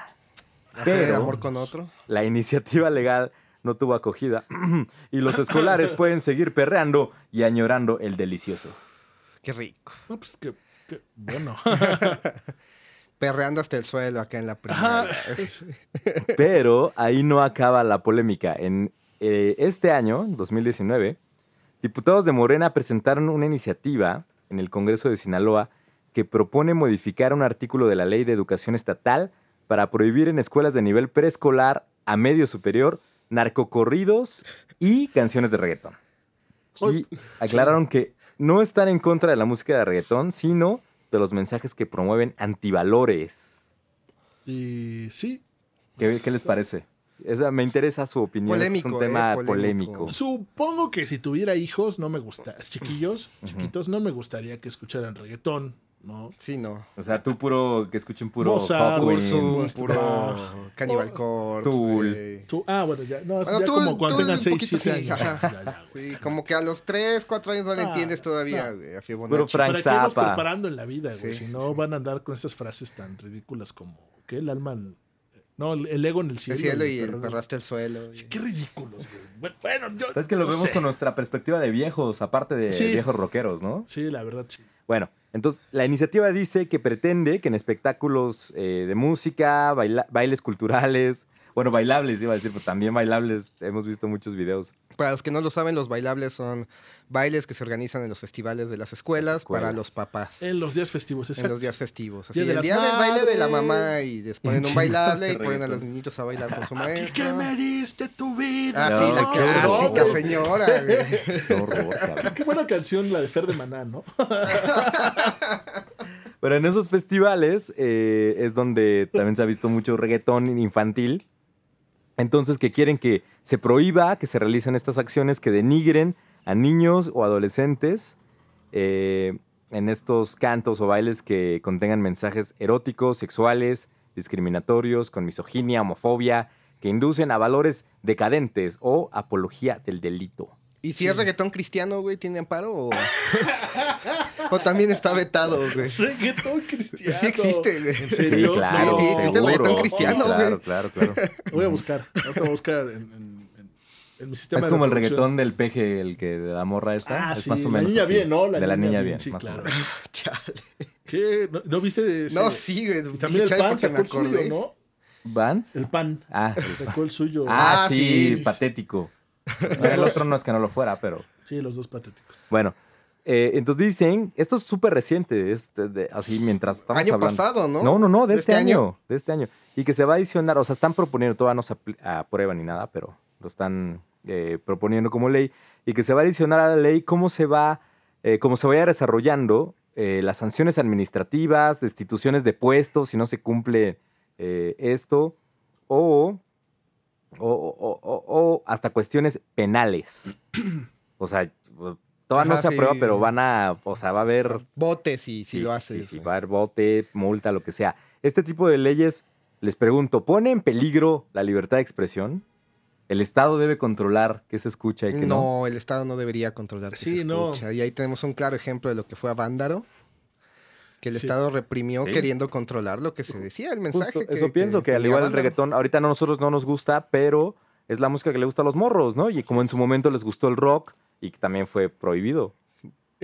S4: Hacer el
S2: Pero-
S4: amor con otro.
S2: La [laughs] iniciativa legal no tuvo acogida [clears throat] y los
S3: [laughs]
S2: escolares pueden seguir perreando y añorando el delicioso.
S4: Qué rico.
S3: No, pues que, que- bueno.
S4: Perreando hasta el suelo acá en la
S3: Ajá.
S4: primaria.
S2: Pero ahí no acaba la polémica. En eh, este año, 2019, diputados de Morena presentaron una iniciativa en el Congreso de Sinaloa que propone modificar un artículo de la Ley de Educación Estatal para prohibir en escuelas de nivel preescolar a medio superior narcocorridos y canciones de reggaetón. [laughs] Y aclararon que no están en contra de la música de reggaetón, sino de los mensajes que promueven antivalores.
S3: Y sí,
S2: ¿Qué, qué les parece? Esa- me interesa su opinión. Este es
S4: Polémico,
S2: un tema
S4: eh, polémico.
S2: polémico.
S3: supongo que si tuviera hijos, no me gusta. Chiquillos, chiquitos, no me gustaría que escucharan reggaetón, ¿no?
S4: Sí, no.
S2: O sea, tú puro, que escuchen puro
S3: Mozart,
S2: pop, güey.
S4: Ursum,
S3: Pues,
S4: puro
S3: ah.
S4: Cannibal Corpse.
S2: Tool.
S4: güey.
S3: Tú- ah, bueno, ya. No,
S4: Bueno,
S3: ya
S4: tú-
S3: como cuando
S4: tú
S3: tengan
S4: un
S3: 6,
S4: poquito
S3: 7
S4: sí,
S3: años.
S4: ajá.
S3: ya, ya, ya,
S2: [laughs]
S3: güey.
S4: Sí, como que a los 3, 4 años no le
S3: Ah,
S4: entiendes todavía,
S3: no.
S4: güey. A Fibonacci.
S2: Puro Frank
S3: Para que nos
S2: Zappa.
S3: preparando en la vida, güey.
S4: Sí,
S3: si no,
S4: sí.
S3: van a andar con estas frases tan ridículas como que el alma. en- No, el- el ego en el
S4: El
S3: cielo.
S4: cielo y el
S3: perro-
S4: perro hasta el suelo.
S3: Sí,
S4: y-
S3: Qué ridículos, güey. Bueno, Bueno, yo.
S2: Es que lo
S3: no
S2: vemos
S3: sé.
S2: con nuestra perspectiva de viejos, aparte de
S3: Sí.
S2: viejos rockeros, ¿no?
S3: Sí, la verdad, sí.
S2: Bueno, entonces la iniciativa dice que pretende que en espectáculos eh, de música, baila- bailes culturales, bueno, bailables, iba a decir, pero también bailables, hemos visto muchos videos.
S4: Para los que no lo saben, los bailables son bailes que se organizan en los festivales de las escuelas,
S2: escuelas.
S4: para los papás.
S3: En los días festivos,
S4: En
S3: exacto.
S4: los días festivos. Así,
S3: Día de
S4: el
S3: las
S4: día del baile de la mamá
S3: Madres.
S4: y les ponen un
S2: Chingado
S4: bailable y ponen a
S2: reggaetón.
S4: los niños a bailar con su
S3: ¿A ti que
S4: maestro.
S3: me diste tu vida?
S4: Ah, sí, la
S2: No,
S4: clásica
S2: no, güey.
S4: señora,
S2: [laughs]
S4: güey.
S2: Qué horror, cabrón.
S3: Qué buena canción la de Fer de Maná, ¿no?
S2: Pero en esos festivales eh, es donde también se ha visto mucho reggaetón infantil. Entonces, que quieren que se prohíba que se realicen estas acciones que denigren a niños o adolescentes eh, en estos cantos o bailes que contengan mensajes eróticos, sexuales, discriminatorios, con misoginia, homofobia, que inducen a valores decadentes o apología del delito.
S4: ¿Y si es reggaetón cristiano, güey, tiene amparo o, o también está vetado, güey?
S3: [laughs] Reggaetón cristiano.
S4: Sí existe, güey.
S3: ¿En
S2: Sí,
S3: serio?
S2: claro.
S4: Sí, sí, existe el
S2: seguro.
S4: reggaetón cristiano,
S2: Sí, claro,
S4: güey.
S2: claro, claro.
S3: Lo Voy a buscar. Lo voy a buscar en, en- en- en mi sistema
S2: Es
S3: de
S2: como el
S3: reproducción.
S2: reggaetón del peje, el que de la morra esta.
S3: Ah,
S2: es
S3: sí.
S2: más o
S3: la
S2: menos
S3: niña
S2: así.
S3: bien, ¿no?
S2: de la niña, bien.
S3: Sí,
S2: más o
S3: claro.
S2: menos.
S4: Chale.
S3: ¿Qué? ¿No, no viste? ese?
S4: No, sí, güey.
S3: Y también el
S4: Chale,
S3: pan
S4: porque
S3: sacó el suyo, ¿no?
S2: ¿Vans?
S3: El pan
S2: Ah, sí.
S3: [laughs] sacó el suyo.
S2: Ah,
S4: Ah,
S2: sí,
S4: sí.
S3: [laughs]
S2: patético. El otro no es que no lo fuera, pero.
S3: Sí, los dos patéticos.
S2: Bueno. eh, entonces dicen, esto es súper reciente, este, de- así mientras estamos
S4: Año
S2: hablando.
S4: pasado, ¿no?
S2: No, no, no, de,
S4: ¿De
S2: este,
S4: este
S2: año,
S4: año?
S2: De este año. Y que se va a adicionar, o sea, están proponiendo, todavía no se apl- aprueba ni nada, pero lo están eh, proponiendo como ley. Y que se va a adicionar a la ley cómo se va, eh, cómo se vaya desarrollando eh, las sanciones administrativas, destituciones de puestos, si no se cumple eh, esto, o, o, o- o- o hasta cuestiones penales. o sea, todavía no
S4: Ajá,
S2: se aprueba,
S4: sí.
S2: pero van a, o sea, va a haber
S4: Botes y si
S2: Sí,
S4: lo
S2: sí,
S4: haces.
S2: sí, sí,
S4: güey.
S2: va a haber bote, multa, lo que sea. Este tipo de leyes, les pregunto, ¿pone en peligro la libertad de expresión? El Estado debe controlar qué se escucha y qué no.
S4: No, el Estado no debería controlar que
S3: Sí,
S4: se
S3: no.
S4: escucha. Y ahí tenemos un claro ejemplo de lo que fue a Vándaro, que el
S3: Sí.
S4: Estado reprimió
S2: Sí.
S4: queriendo controlar lo que se decía, el mensaje.
S2: Justo,
S4: que-
S2: eso pienso, que, al
S4: tenía
S2: igual el
S4: Vándaro.
S2: reggaetón, ahorita a nosotros no nos gusta, pero es la música que le gusta a los morros, ¿no? Y como en su momento les gustó el rock y que también fue prohibido.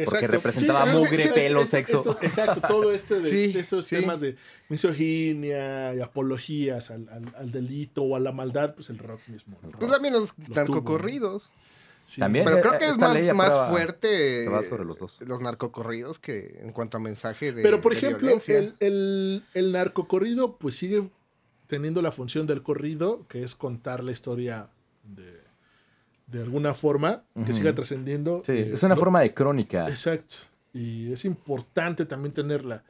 S2: Porque representaba
S3: pero
S4: mugre,
S2: pelo,
S3: esto-
S2: sexo.
S3: esto- exacto, todo
S2: [laughs]
S3: este de,
S4: Sí,
S3: de estos
S4: sí.
S3: temas de misoginia y apologías al, al- al delito o a la maldad, pues el rock mismo. el
S4: Pues
S3: rock.
S4: también los
S3: tuvo,
S4: narcocorridos.
S3: Sí.
S2: También.
S4: Pero
S2: Eh,
S4: creo que es
S2: esta
S4: más,
S2: ley
S4: más
S2: aprueba-
S4: fuerte
S2: se va sobre los dos.
S4: los narcocorridos que en cuanto a mensaje de
S3: Pero, por
S4: de
S3: ejemplo,
S4: violencia.
S3: el, el, el narcocorrido, pues sigue teniendo la función del corrido, que es contar la historia de, de alguna forma, que
S2: Ujú.
S3: siga trascendiendo.
S2: Sí,
S3: eh,
S2: es una
S3: ¿no?
S2: forma de
S4: [laughs]
S2: crónica.
S3: Exacto. Y es importante también tenerla.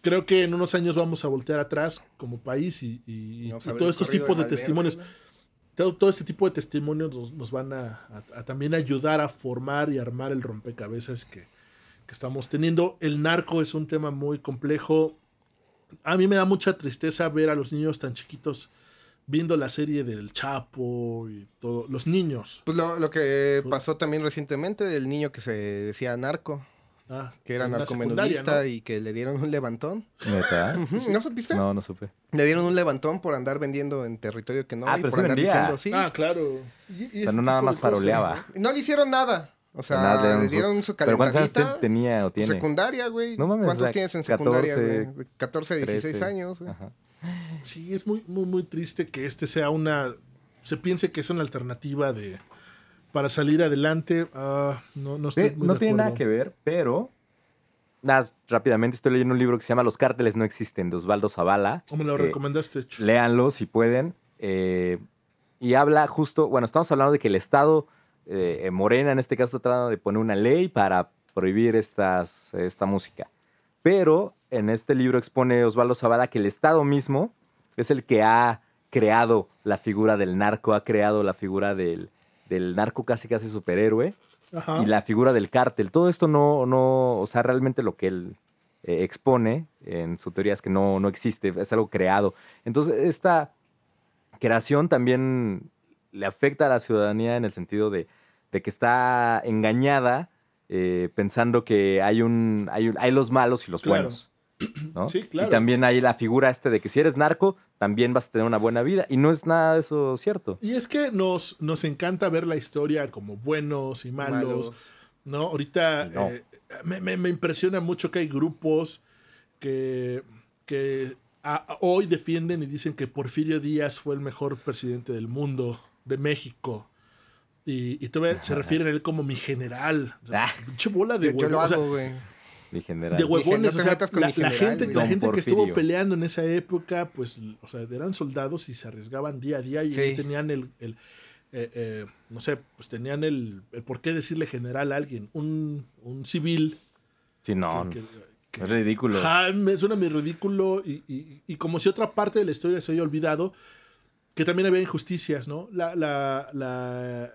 S3: Creo que en unos años vamos a voltear atrás como país y, y-
S4: Vamos
S3: y
S4: a ver
S3: todos
S4: el
S3: estos
S4: corrido
S3: tipos de
S4: Valverde,
S3: testimonios.
S4: ¿no?
S3: Todo, todo este tipo de testimonios nos, nos van a, a- a también ayudar a formar y armar el rompecabezas que, que estamos teniendo. El narco es un tema muy complejo. A mí me da mucha tristeza ver a los niños tan chiquitos viendo la serie del Chapo y todo. Los niños.
S4: Pues lo, lo que pasó también recientemente del niño que se decía narco,
S3: ah,
S4: que era
S3: en la secundaria,
S4: narcomenudista y que le dieron un levantón.
S2: ¿Neta?
S4: Ujú, ¿No supiste?
S2: No, no supe.
S4: Le dieron un levantón por andar vendiendo en territorio que no
S2: Ah,
S4: y
S2: pero
S4: por
S2: sí
S4: andar
S2: vendía.
S4: diciendo sí.
S3: ¿no? Ah, claro. Y- y
S2: O sea,
S3: ese
S2: no nada
S3: tipo de
S2: más
S3: cosas,
S2: faroleaba.
S3: ¿no?
S4: Y no le hicieron nada. O sea, pues,
S2: Nada, le dieron
S4: le dieron
S2: sus-
S4: su
S2: ¿Pero cuántos años
S4: calentadita.
S2: te- tenía o tiene?
S4: Secundaria, güey.
S2: No mames,
S4: ¿Cuántos
S2: o sea, Ah.
S4: tienes en secundaria,
S2: 14,
S4: güey? 14, 16
S2: 13.
S4: años, güey.
S2: Ajá.
S3: Sí, es muy, muy, muy triste que este sea una. Se piense que es una alternativa de. Para salir adelante. Ah, no, no
S2: Sí,
S3: estoy muy
S2: no
S3: de
S2: tiene nada que
S3: acuerdo.
S2: ver, pero... Nada, rápidamente estoy leyendo un libro que se llama Los cárteles no existen, de Osvaldo Zavala.
S3: ¿Cómo lo
S2: que-
S3: recomendaste, Chu?
S2: Léanlo si pueden. eh, y habla justo, bueno, estamos hablando de que el Estado, eh, eh, Morena en este caso, está tratando de poner una ley para prohibir estas, esta música. Pero en este libro expone Osvaldo Zavala que el Estado mismo es el que ha creado la figura del narco, ha creado la figura del, del narco casi casi superhéroe
S3: Ajá.
S2: y la figura del cártel. Todo esto no, no o sea, realmente lo que él eh, expone en su teoría es que no, no existe, es algo creado. Entonces, esta creación también le afecta a la ciudadanía en el sentido de, de que está engañada eh, pensando que hay, un, hay, un- hay los malos y los
S3: Claro.
S2: buenos. ¿no?
S3: Sí, claro.
S2: Y también hay la figura este de que si eres narco, también vas a tener una buena vida. Y no es nada de eso cierto.
S3: Y es que nos, nos encanta ver la historia como buenos y malos. ¿no? Ahorita
S2: No.
S3: eh, me, me- me impresiona mucho que hay grupos que, que a- a- hoy defienden y dicen que Porfirio Díaz fue el mejor presidente del mundo, de México. Y, y todavía se refieren a él como mi general. O sea,
S2: Ah.
S3: pinche bola de
S4: Yo, yo lo
S3: huevo- o sea,
S4: hago, güey.
S2: Mi general.
S3: de huevones,
S4: no te
S3: o sea,
S4: metas con
S3: la,
S4: mi
S3: la
S4: general,
S3: gente,
S4: güey.
S3: la
S2: Don
S3: gente que
S2: Porfirio.
S3: estuvo peleando en esa época, pues, o sea, eran soldados y se arriesgaban día a día y
S4: Sí.
S3: ahí tenían el, el, eh, eh, no sé, pues tenían el, el por qué decirle general a alguien, un, un civil.
S2: Sí, no,
S3: que- que-
S2: es ridículo.
S3: Ajá, me suena muy ridículo y, y- y como si otra parte de la historia se haya olvidado, que también había injusticias, ¿no? La, la, la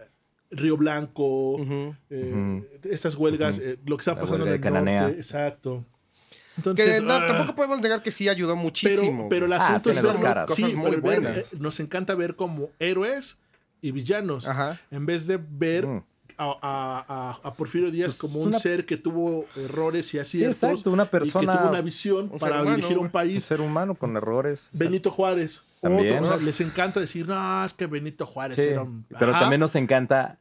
S3: Río Blanco,
S4: Ujú.
S3: eh, estas huelgas,
S2: Ujú.
S3: eh, lo que está
S2: La
S3: pasando en
S2: huelga
S3: el
S2: de Cananea.
S3: norte, exacto.
S4: Que
S3: Entonces,
S4: no,
S3: ah,
S4: tampoco podemos negar que sí ayudó
S3: pero,
S4: muchísimo.
S3: pero el
S4: güey.
S2: Ah,
S3: asunto
S2: tiene
S3: es
S2: dos
S3: ver-
S2: caras.
S3: sí,
S4: Cosas muy
S3: pero ver-
S4: buenas.
S3: eh, nos encanta ver como héroes y villanos,
S4: Ajá.
S3: en vez de ver
S2: Mm.
S3: a, a- a- a Porfirio Díaz
S2: Pues
S3: como
S2: es
S3: un
S2: una-
S3: ser que tuvo errores y
S2: Sí,
S3: aciertos.
S2: exacto, una persona.
S3: y que tuvo una visión
S4: ser
S3: para
S4: humano,
S3: dirigir un
S4: güey.
S2: un
S3: país.
S2: ser humano con errores.
S3: Benito Juárez.
S2: También.
S3: Otro, o sea, les encanta decir, no, es que Benito Juárez
S2: Sí,
S3: era un...
S2: Pero
S3: Ajá.
S2: también nos encanta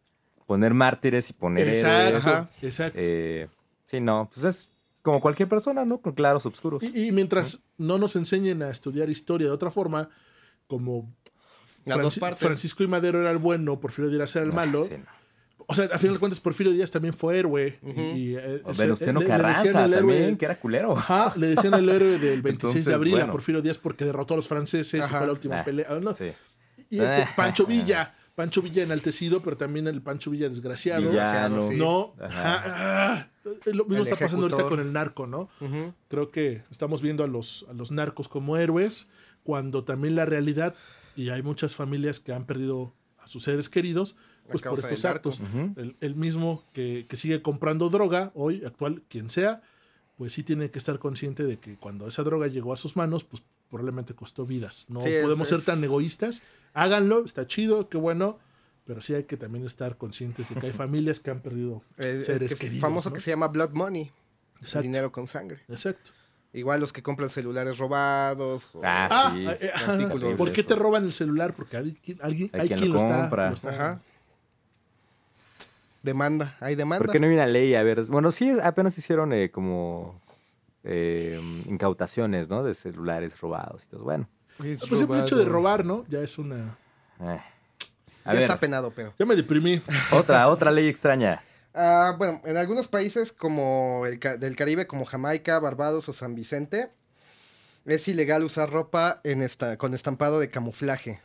S2: poner mártires y poner
S3: Exacto,
S2: héroes.
S4: Ajá.
S3: exacto.
S2: Eh, sí, no, pues es como cualquier persona, ¿no? Con claros oscuros.
S3: Y, y mientras no nos enseñen a estudiar historia de otra forma, como
S4: Las dos
S3: Franci-
S4: partes.
S3: Francisco y Madero era el bueno, Porfirio Díaz era el malo.
S2: Ah, Sí, no.
S3: O sea, a final de cuentas, Porfirio Díaz también fue héroe. y-
S4: Ujú.
S3: y, eh,
S2: O
S3: se-
S2: Venustiano
S3: le- le decían
S2: Carranza
S3: el héroe-
S2: también, que era culero.
S3: [laughs] Ajá, le decían el héroe del 26
S2: Entonces,
S3: de abril a
S2: bueno.
S3: Porfirio Díaz porque derrotó a los franceses y
S4: Ajá.
S3: fue la última
S2: Ah,
S3: pelea. ¿no?
S2: Sí.
S3: Y este
S2: Ah.
S3: Pancho Villa, Pancho Villa enaltecido, pero también el Pancho Villa desgraciado.
S2: Villano.
S4: sí.
S3: No,
S2: Ajá.
S3: ajá, ah, lo mismo
S4: El
S3: está pasando ahorita
S4: ejecutor.
S3: con el narco, ¿no?
S4: Ujú.
S3: Creo que estamos viendo a los, a los narcos como héroes, cuando también la realidad, y hay muchas familias que han perdido a sus seres queridos,
S4: A
S3: pues por
S4: causa del
S3: estos actos.
S2: Ujú.
S3: El, el mismo que, que sigue comprando droga, hoy, actual, quien sea, pues sí tiene que estar consciente de que cuando esa droga llegó a sus manos, pues probablemente costó vidas. No
S4: Sí, es-
S3: podemos ser
S4: es-
S3: tan egoístas. Háganlo, está chido, qué bueno. Pero sí hay que también estar conscientes de que
S4: [laughs]
S3: hay familias que han perdido
S4: El, el
S3: seres
S4: que-
S3: queridos.
S4: famoso
S3: ¿no?
S4: que se llama Blood Money,
S3: Exacto,
S4: dinero con sangre.
S3: exacto.
S4: Igual los que compran celulares robados. o-
S2: Ah,
S3: Ah,
S2: sí.
S3: eh, eh,
S4: artículos.
S3: ¿Por qué te roban el celular? Porque alguien, alguien- hay, quien, lo, está- Ah,
S2: compra.
S3: lo está.
S4: Ajá. Demanda, hay demanda.
S2: ¿Por qué no hay una ley? A ver, bueno, sí, apenas hicieron eh, como eh, incautaciones, ¿no? De celulares robados y todo. Bueno.
S4: Es
S3: Pues el hecho de
S4: robado.
S3: robar, ¿no? Ya es una.
S2: eh.
S4: Ya
S2: A ver,
S4: está penado, pero.
S3: Ya me deprimí.
S2: otra, otra ley extraña.
S4: Ah, bueno, en algunos países como el ca- del Caribe, como Jamaica, Barbados o San Vicente, es ilegal usar ropa en esta, con estampado de camuflaje.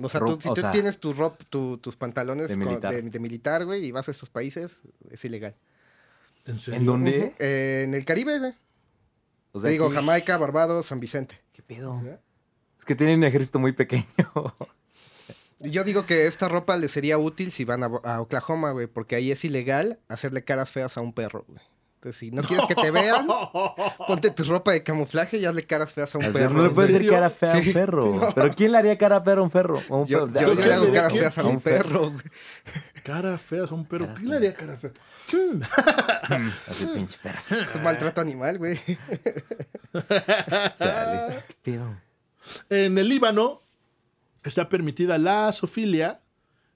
S4: O sea, tú-
S2: Ro-
S4: si
S2: o
S4: tú
S2: sea,
S4: tienes tu rop- tu- tus pantalones
S2: de
S4: con- de
S2: militar.
S4: de militar, güey, y vas a estos países, es ilegal.
S3: ¿En serio?
S2: ¿En dónde?
S4: Eh, en el Caribe, güey.
S2: O
S4: Te digo,
S2: ¿qué-
S4: Jamaica, Barbados, San Vicente.
S2: ¿Qué pedo?
S3: ¿Ya?
S2: Es que tienen un ejército muy
S4: [laughs]
S2: pequeño.
S4: Y Yo digo que esta ropa le sería útil si van a, Bo- a Oklahoma, güey, porque ahí es ilegal hacerle caras feas a un perro, güey. Entonces, si no quieres
S3: [laughs]
S4: que te vean, ponte tu ropa de camuflaje y hazle caras feas a un
S2: O sea,
S4: perro.
S2: no le
S4: ¿en
S2: puedes hacer
S4: serio?
S2: cara fea a un
S4: Sí.
S2: perro. Pero ¿quién le haría cara fea a un perro? O un
S4: Yo,
S2: perro-
S4: yo- yo le hago
S3: ¿Quién-
S4: caras
S3: quién-
S4: feas a un perro, güey.
S3: [laughs] Cara fea, son perro.
S2: Cara
S3: ¿Quién
S2: fea.
S3: le haría cara fea?
S2: [laughs] Así, pinche perro.
S4: Es un maltrato animal, güey.
S2: Chale. ¿Qué pedo?
S3: En el Líbano está permitida la sofilia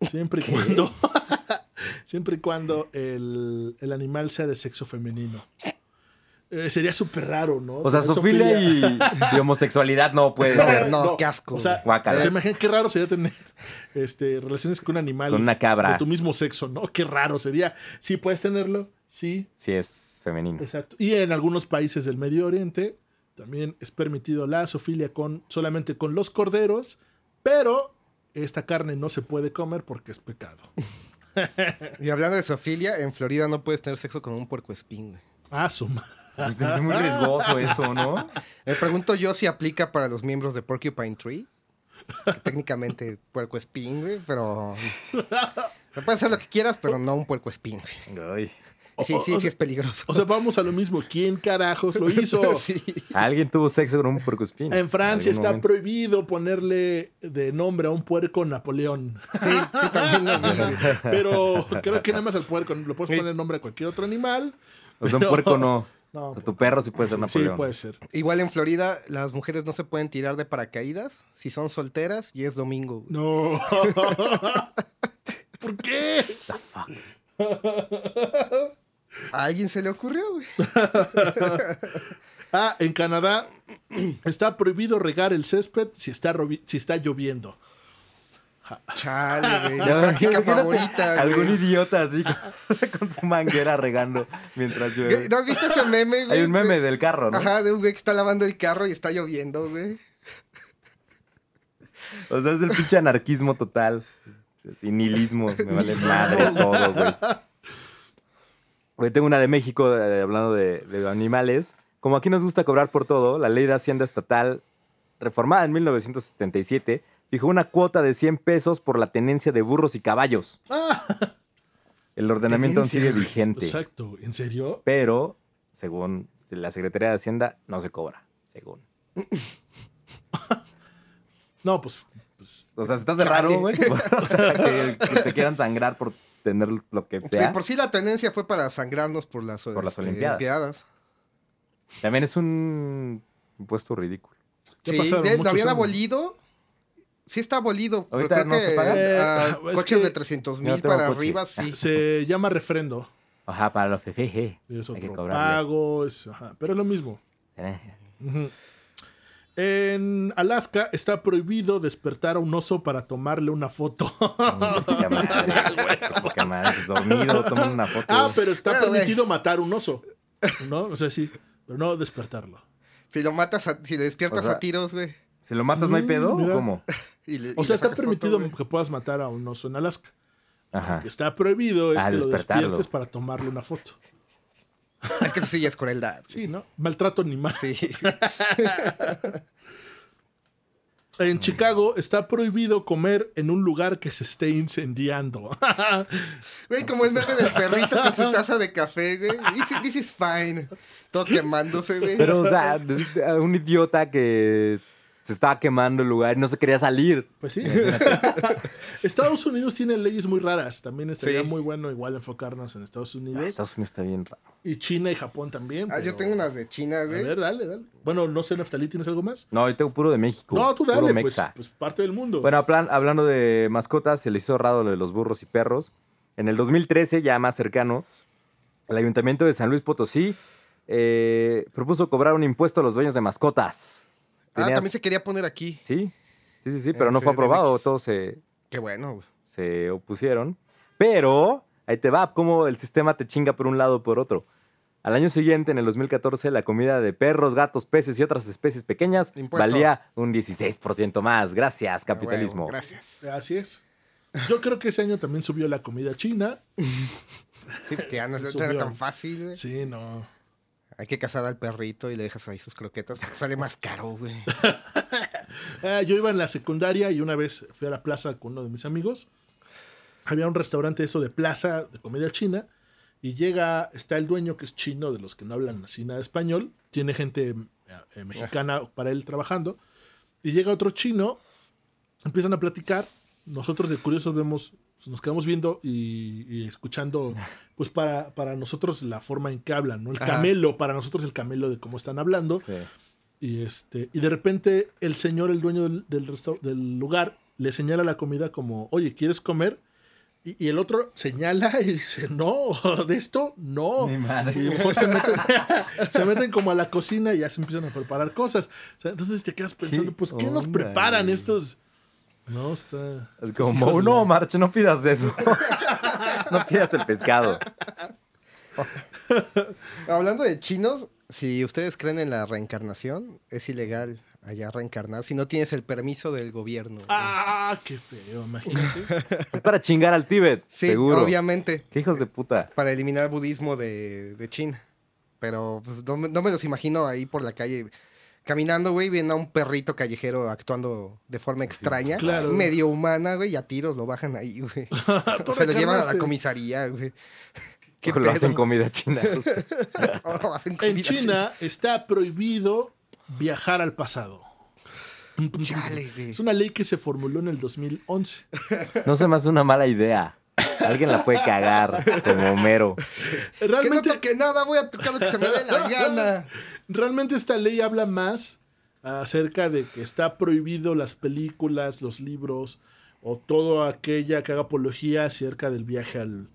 S3: siempre y cuando, [laughs] siempre y cuando el, el animal sea de sexo femenino. Eh, sería súper raro, ¿no?
S2: O sea,
S3: Tener
S2: sofilia y, y homosexualidad no puede ser.
S4: No, qué asco,
S3: O sea,
S2: güey. Guácala.
S3: se imaginan qué raro sería tener [laughs] este, relaciones con un animal
S2: Con una cabra.
S3: de tu mismo sexo, ¿no? Qué raro sería. Sí, puedes tenerlo, sí,
S2: Si es femenino.
S3: Exacto. Y en algunos países del Medio Oriente también es permitido la zoofilia con, solamente con los corderos, pero esta carne no se puede comer porque es pecado.
S2: [laughs]
S4: Y hablando de zoofilia, en Florida no puedes tener sexo con un puerco espín, güey.
S3: Ah, su ma-
S2: Pues es
S4: [laughs]
S2: muy riesgoso eso, ¿no?
S4: Me pregunto yo si aplica para los miembros de Porcupine Tree. que técnicamente puerco espín, güey,
S3: [laughs]
S4: pero. O sea, puedes hacer lo que quieras, pero no un puerco espín, güey.
S2: Ay.
S4: Y Sí, sí, sí, es peligroso.
S3: O sea, vamos a lo mismo. ¿Quién carajos lo
S2: [laughs]
S3: hizo?
S4: [laughs] Sí.
S2: Alguien tuvo sexo con un puercoespín.
S3: En Francia
S2: algún
S3: está
S2: momento.
S3: prohibido ponerle de nombre a un puerco Napoleón.
S4: Sí, sí, también lo vi, güey.
S3: [laughs] Pero creo que nada más al puerco. Lo puedes poner nombre a cualquier otro animal.
S2: O sea, un
S4: [laughs]
S2: puerco no.
S3: No, pues,
S2: O sea, tu perro sí puede ser
S3: sí,
S2: Napoleón.
S3: puede ser.
S4: Igual en Florida, las mujeres no se pueden tirar de paracaídas si son solteras y es domingo. güey.
S3: No. [laughs] ¿Por qué?
S4: ¿A alguien se le ocurrió, güey?
S3: Ah, en Canadá está prohibido regar el césped si está, rovi- si está lloviendo.
S4: Chale,
S2: [laughs]
S4: güey.
S2: Ya,
S4: La práctica
S2: imagínate
S4: favorita,
S2: Ah. Algún
S4: güey.
S2: idiota así [laughs] con- con su manguera regando mientras llueve.
S4: ¿No has visto ese meme, güey?
S2: Hay un meme del carro, ¿no?
S4: Ajá, de un güey que está lavando el carro y está lloviendo, güey.
S2: O sea, es el pinche anarquismo total. Y nihilismo. Me vale madres todo, güey. Güey, tengo una de México, eh, hablando de, de animales. Como aquí nos gusta cobrar por todo, la ley de Hacienda Estatal, reformada en 1977, fijó una cuota de 100 pesos por la tenencia de burros y caballos. El ordenamiento aún sigue
S4: Tenencia.
S2: vigente,
S3: Ah, Exacto, ¿en serio?
S2: pero según la Secretaría de Hacienda, no se cobra, según.
S3: No, pues, pues,
S2: O sea, estás de
S4: Chale.
S2: raro, güey. pues, [laughs] O sea, que, que te quieran sangrar por tener lo que
S4: Sí,
S2: sea.
S4: por sí la tendencia fue para sangrarnos por las,
S2: Por las
S4: este,
S2: Olimpiadas. También es un impuesto ridículo.
S3: Ya
S4: Sí,
S3: pasaron
S4: de-
S3: muchos
S4: lo habían
S3: años.
S4: abolido. Sí está abolido, pero
S2: Ahorita
S4: creo
S2: no
S4: que
S2: se paga.
S4: ah,
S3: Eh, es
S4: coches
S3: que-
S4: de 300
S2: Yo
S4: mil
S2: no tengo
S4: para
S2: coche. Ah.
S4: arriba, sí.
S3: se llama refrendo.
S2: Ajá, para los fejeje.
S3: Es
S2: Hay que
S3: otro
S2: cobrarle.
S3: pago, es- ajá, pero es lo mismo.
S2: Eh,
S3: Ujú. En Alaska está prohibido despertar a un oso para tomarle una foto.
S2: qué
S3: [laughs]
S2: Poca madre. qué Poca madre. pues, dormido, toma una foto.
S3: ah, pero está
S4: Bueno, güey.
S3: permitido matar un oso. ¿No? O sea, sí, pero no despertarlo.
S4: Si lo matas, a- si lo despiertas
S2: O sea,
S4: a tiros, güey.
S2: Si lo matas, no hay
S3: Mm,
S2: pedo.
S3: mira.
S2: ¿O cómo?
S4: y le-
S3: O
S4: y
S3: sea,
S4: le
S3: está
S4: sacas foto,
S3: permitido
S4: güey.
S3: que puedas matar a un oso en Alaska.
S2: Ajá.
S3: que está prohibido es
S2: Ah,
S3: que lo
S2: despertarlo.
S3: despiertes para tomarle una foto.
S4: Es que eso sí ya es crueldad.
S3: Sí, ¿no? Maltrato animal.
S4: Sí.
S3: [laughs] En Chicago está prohibido comer en un lugar que se esté incendiando.
S4: Güey, como el meme del perrito con su taza de café, güey. It's- This is fine. Todo quemándose, güey.
S2: Pero, o sea, a un idiota que se estaba quemando el lugar y no se quería salir.
S3: Pues sí. [laughs] Estados Unidos tiene leyes muy raras. También estaría
S4: Sí.
S3: muy bueno igual enfocarnos en Estados
S2: Ay,
S3: Unidos.
S2: Ah, Estados Unidos está bien raro.
S3: Y China y Japón también.
S4: Ah,
S3: pero-
S4: yo tengo unas de China,
S3: A
S4: güey.
S3: ver, dale, dale. Bueno, no sé, Naftalí, ¿tienes algo más?
S2: No, yo tengo puro de México.
S3: No, tú
S2: Puro
S3: dale, pues,
S2: mexa.
S3: pues parte del mundo.
S2: [laughs] Bueno, hablan- hablando de mascotas, se le hizo raro lo de los burros y perros. En el 2013, ya más cercano, el Ayuntamiento de San Luis Potosí eh, propuso cobrar un impuesto a los dueños de mascotas.
S4: Ah,
S2: Tenías-
S4: también se Eh, quería poner aquí.
S2: Sí, sí, sí, sí, pero
S4: En
S2: no fue
S4: CDMX.
S2: aprobado, todos se,
S4: Qué bueno, güey.
S2: se opusieron. Pero ahí te va, cómo el sistema te chinga por un lado o por otro. Al año siguiente, en el 2014, la comida de perros, gatos, peces y otras especies pequeñas
S4: Impuesto.
S2: valía un 16% más. Gracias,
S4: Ah, güey,
S2: capitalismo.
S4: gracias.
S3: Así es. Yo creo que ese año también subió la comida
S4: [laughs]
S3: china.
S4: Sí, que ya no, es- no
S3: Subió.
S4: era tan fácil, güey.
S3: Sí, no.
S4: Hay que cazar al perrito y le dejas ahí sus croquetas. porque Sale más caro, güey.
S3: Ah, yo iba en la secundaria y una vez fui a la plaza con uno de mis amigos. Había un restaurante eso de plaza de comida china y llega, está el dueño que es chino, de los que no hablan así nada español, tiene gente eh, eh, mexicana para él trabajando y llega otro chino, empiezan a platicar, nosotros de curiosos vemos, nos quedamos viendo y, y escuchando, pues para, para nosotros la forma en que hablan, ¿no? El
S4: Ajá.
S3: camelo, para nosotros el camelo de cómo están hablando.
S2: Sí.
S3: Y, este, y de repente el señor, el dueño del, del, resta- del lugar, le señala la comida como, oye, ¿quieres comer? Y, y el otro señala y dice, no, [laughs] de esto no. Y mejor se, meten, se meten [laughs] como a la cocina y ya se empiezan a preparar cosas. O sea, entonces te quedas pensando,
S2: ¿Qué
S3: pues, ¿qué nos
S2: onda,
S3: preparan
S2: güey?
S3: estos? No, está...
S2: Es
S3: estos
S2: como,
S3: hijos de
S2: no,
S3: la-
S2: March, no pidas
S4: [laughs]
S2: eso. no pidas el pescado.
S4: Hablando de chinos, si ustedes creen en la reencarnación, es ilegal allá reencarnar si no tienes el permiso del gobierno. güey.
S3: Ah, qué feo,
S4: [laughs]
S3: imagínate.
S2: Es para chingar al Tíbet,
S4: sí,
S2: seguro.
S4: obviamente.
S2: Qué hijos de puta.
S4: Para eliminar el budismo de, de China. Pero pues, no, me- no me los imagino ahí por la calle caminando, güey, viendo a un perrito callejero actuando de forma extraña,
S3: claro.
S4: medio humana, güey, y a tiros lo bajan ahí, güey.
S3: [laughs] Tú
S4: Se lo llevan a la
S3: reencarnaste. [laughs]
S4: comisaría, güey. ¿Qué
S2: Lo hacen
S4: pedo?
S2: comida china. justo.
S4: [laughs] Oh, lo hacen
S3: En
S4: comida
S3: China está prohibido viajar al pasado.
S4: [laughs] Chale, güey.
S3: Es una ley que se formuló en el 2011.
S2: No se me hace una mala idea. Alguien la puede cagar, como Homero.
S4: [laughs] Que no
S3: Realmente,
S4: toque nada, voy a tocar lo que se me dé
S3: [laughs]
S4: la gana.
S3: realmente esta ley habla más acerca de que está prohibido las películas, los libros o todo aquella que haga apología acerca del viaje al,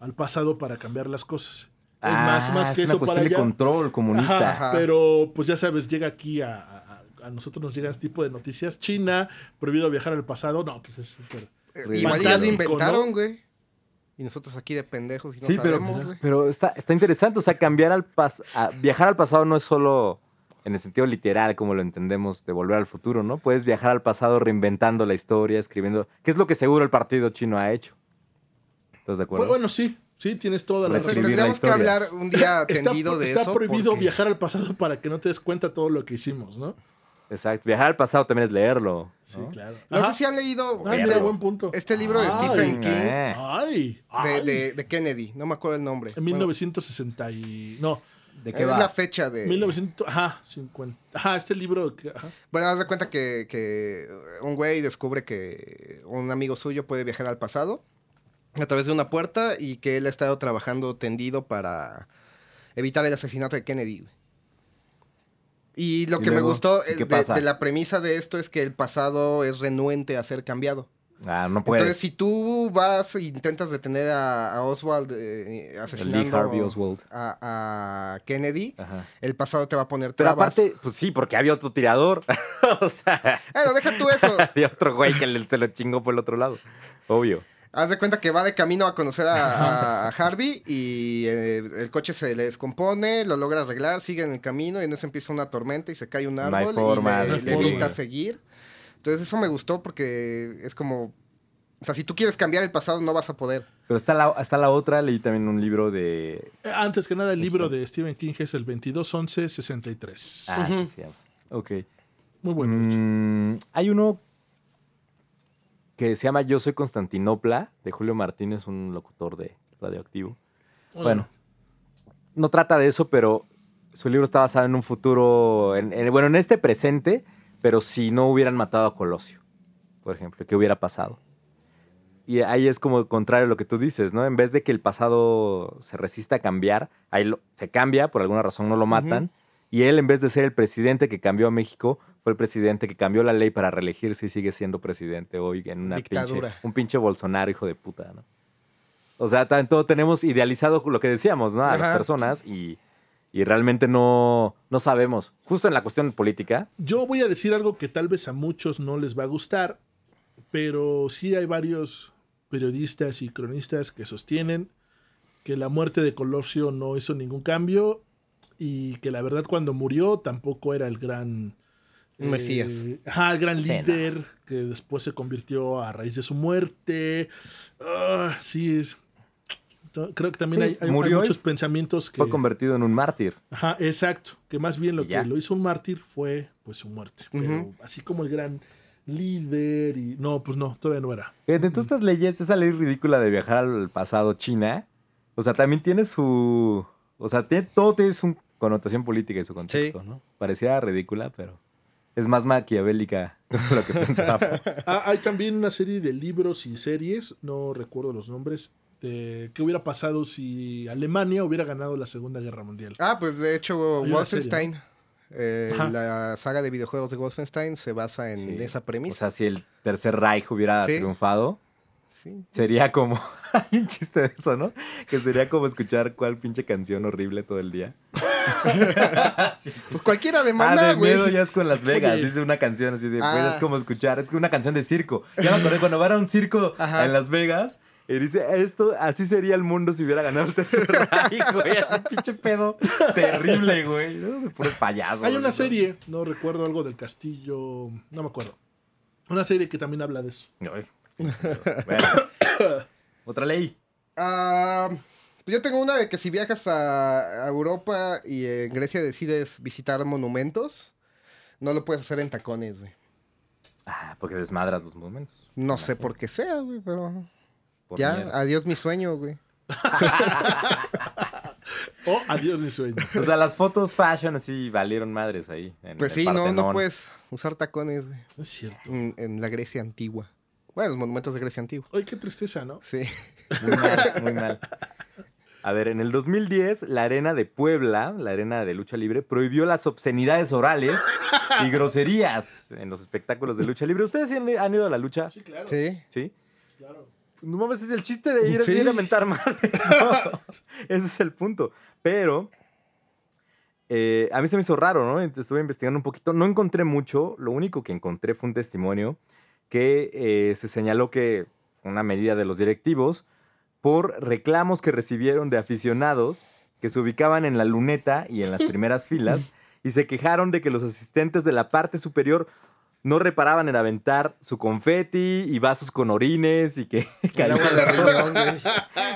S3: al pasado para cambiar las cosas. Es
S2: Ah,
S3: más, más que
S2: es
S3: eso
S2: una
S3: para
S2: cuestión de
S3: allá.
S2: control comunista.
S4: Ajá, ajá.
S3: Pero pues ya sabes, llega aquí a, a- a nosotros nos llegan este tipo de noticias. China, prohibido viajar al pasado. No, pues es súper...
S4: Eh, Igual ya lo
S3: Fantástico,
S4: inventaron, güey. Y nosotros aquí de pendejos y no
S2: Sí, pero,
S4: sabemos, güey.
S2: pero está, está interesante. O sea, cambiar al pas a- viajar al pasado no es solo en el sentido literal, como lo entendemos, de volver al futuro, ¿no? Puedes viajar al pasado reinventando la historia, escribiendo. ¿Qué es lo que seguro el partido chino ha hecho? ¿Estás de acuerdo? Pues
S3: Pues, bueno, sí, sí, tienes toda pues, la
S4: Eso,
S2: Reescribir
S3: razón.
S2: la
S4: tendríamos que
S2: historia.
S4: hablar un día
S3: [laughs] Está,
S4: tendido de
S3: está
S4: eso.
S3: prohibido
S4: porque-
S3: viajar al pasado para que no te des cuenta todo lo que hicimos, ¿no?
S2: Exacto. Viajar al pasado también es leerlo.
S3: Sí,
S2: ¿no?
S3: claro.
S4: No
S3: Ajá.
S4: sé si han leído
S3: Ah, mira,
S4: este,
S3: buen punto.
S4: este libro de
S3: Ay,
S4: Stephen King
S2: eh.
S3: Ay, ay.
S4: de, de- de Kennedy. No me acuerdo el nombre.
S3: En 1960 y... No,
S2: ¿De
S4: Bueno, es la fecha de.
S3: 1900... Ajá, 50. Ajá, este libro... que- ajá.
S4: Bueno, haz de cuenta que, que un güey descubre que un amigo suyo puede viajar al pasado a través de una puerta y que él ha estado trabajando tendido para evitar el asesinato de Kennedy. güey. Y lo
S2: ¿Y
S4: que
S2: luego?
S4: me gustó
S2: ¿Y
S4: eh,
S2: qué
S4: de,
S2: pasa?
S4: de la premisa de esto es que el pasado es renuente a ser cambiado.
S2: Ah, no puedes.
S4: Entonces, si tú vas e intentas detener a, a Oswald eh,
S2: El Lee
S4: asesinando
S2: Harvey Oswald.
S4: a, a Kennedy,
S2: Ajá.
S4: el pasado te va a poner
S2: Pero
S4: trabas.
S2: aparte, pues sí, porque había otro tirador. [laughs] o sea,
S4: Bueno, deja tú
S2: [laughs]
S4: eso.
S2: había otro güey que le- se lo chingó por el otro lado. Obvio.
S4: Haz de cuenta que va de camino a conocer a, a- a Harvey y eh, el coche se le descompone, lo logra arreglar, sigue en el camino y en eso empieza una tormenta y se cae un
S2: No hay
S4: árbol
S2: forma,
S4: y
S3: no
S4: le,
S3: hay
S4: le evita
S3: forma.
S4: seguir. Entonces eso me gustó porque es como... O sea, si tú quieres cambiar el pasado no vas a poder.
S2: Pero está la, está la otra, leí también un libro de...
S3: Eh, Antes que nada, el libro de Stephen King es el 221163.
S2: Ah, sí,
S4: Ujú.
S2: sí, ya. Ok.
S3: Muy bueno. de hecho.
S2: Mm, hay uno que se llama Yo soy Constantinopla, de Julio Martínez, un locutor de Radioactivo.
S3: Hola.
S2: Bueno, no trata de eso, pero su libro está basado en un futuro, en- en- bueno, en este presente, pero si no hubieran matado a Colosio, por ejemplo, ¿qué hubiera pasado? Y ahí es como contrario a lo que tú dices, ¿no? En vez de que el pasado se resista a cambiar, ahí lo- se cambia, por alguna razón no lo matan, y él en vez de ser el presidente que cambió a México, fue el presidente que cambió la ley para reelegirse y sigue siendo presidente hoy en una pinche-
S4: Dictadura.
S2: un pinche Bolsonaro, hijo de puta, ¿no? O sea, tanto tenemos idealizado lo que decíamos, ¿no? A las
S4: Ajá.
S2: personas y, y realmente no, no sabemos. Justo en la cuestión política,
S3: Yo voy a decir algo que tal vez a muchos no les va a gustar, pero sí hay varios periodistas y cronistas que sostienen que la muerte de Colosio no hizo ningún cambio y que la verdad cuando murió tampoco era el gran... eh,
S4: Mesías.
S3: ajá, el gran
S2: Sí, no.
S3: líder que después se convirtió a raíz de su muerte. Ah, sí, es... Creo que también
S2: Sí,
S3: hay- hay, hay
S2: murió y
S3: muchos pensamientos que...
S2: fue convertido en un mártir.
S3: Ajá, exacto. Que más bien lo
S2: Y ya.
S3: que lo hizo un mártir fue pues su muerte. Pero
S4: Ujú.
S3: así como el gran líder y. No, pues no, todavía no era.
S2: Fíjate, Entonces estas leyes, esa ley ridícula de viajar al pasado China, o sea, también tiene su... O sea, tiene- todo tiene su connotación política y su contexto, ¿no? Parecía ridícula, pero es más maquiavélica [laughs] de lo que
S4: [laughs]
S2: pensábamos.
S3: Ah, hay también una serie de libros y series, no recuerdo los nombres, de qué hubiera pasado si Alemania hubiera ganado la Segunda Guerra Mundial.
S4: Ah, pues de hecho,
S3: una
S4: Wolfenstein. eh,
S3: Ajá.
S4: la saga de videojuegos de Wolfenstein se basa en
S2: Sí.
S4: esa
S2: O
S4: premisa.
S2: sea, si el Tercer Reich hubiera
S4: Sí.
S2: triunfado,
S4: sí.
S2: Sería como. [laughs] Hay un chiste de eso, ¿no? Que sería como escuchar cuál pinche canción horrible todo el día.
S4: Pues cualquiera
S2: ah,
S4: demanda,
S2: de miedo
S4: güey.
S2: ya es con Las Vegas.
S3: Oye.
S2: Dice una canción así de. pues,
S4: Ah.
S2: es como escuchar. Es una canción de circo. Ya me
S4: [laughs]
S2: acordé cuando van a un circo
S4: Ajá.
S2: en Las Vegas. Y dice, esto, así sería el mundo si hubiera ganado el tercer [laughs] Reich, güey. Así pinche pedo terrible, güey. ¿no? De Puro payaso.
S3: Hay
S2: güey,
S3: una
S2: ¿no?
S3: serie, no recuerdo algo del castillo, no me acuerdo. Una serie que también habla de eso.
S2: Ay.
S4: [coughs]
S2: Bueno. Otra ley.
S4: Ah, yo tengo una de que si viajas a, a Europa y en Grecia decides visitar monumentos, no lo puedes hacer en tacones, güey.
S2: Ah, porque desmadras los momentos.
S4: No sé por qué sea, güey, pero
S2: Por
S4: ya,
S2: mierda.
S4: adiós mi sueño, güey.
S3: Oh, adiós, mi sueño. [laughs]
S2: O sea, las fotos fashion así valieron madres ahí. en
S4: Pues
S2: el
S4: sí, no, no
S2: Partenón.
S4: puedes usar tacones, güey,
S3: No Es cierto.
S4: en, en la Grecia antigua. Bueno, los monumentos de Grecia antigua.
S3: Ay, qué tristeza, ¿no?
S4: Sí.
S2: Muy mal, muy mal. A ver, en el 2010, la Arena de Puebla, la Arena de Lucha Libre, prohibió las obscenidades orales y groserías en los espectáculos de lucha libre. ¿Ustedes sí han, han ido a la lucha?
S3: Sí, claro.
S4: Sí.
S2: ¿Sí?
S3: claro.
S2: No mames, es el chiste de ir, es
S4: Sí.
S2: ir a mentar madres. ¿no? Ese es el punto. Pero eh, a mí se me hizo raro, ¿no? Ent- Estuve investigando un poquito. No encontré mucho. Lo único que encontré fue un testimonio que eh, se señaló que una medida de los directivos por reclamos que recibieron de aficionados que se ubicaban en la luneta y en las primeras filas y se quejaron de que los asistentes de la parte superior no reparaban en aventar su confeti y vasos con orines y
S3: [laughs]
S2: que
S4: El
S2: caían,
S4: agua de riñón, güey.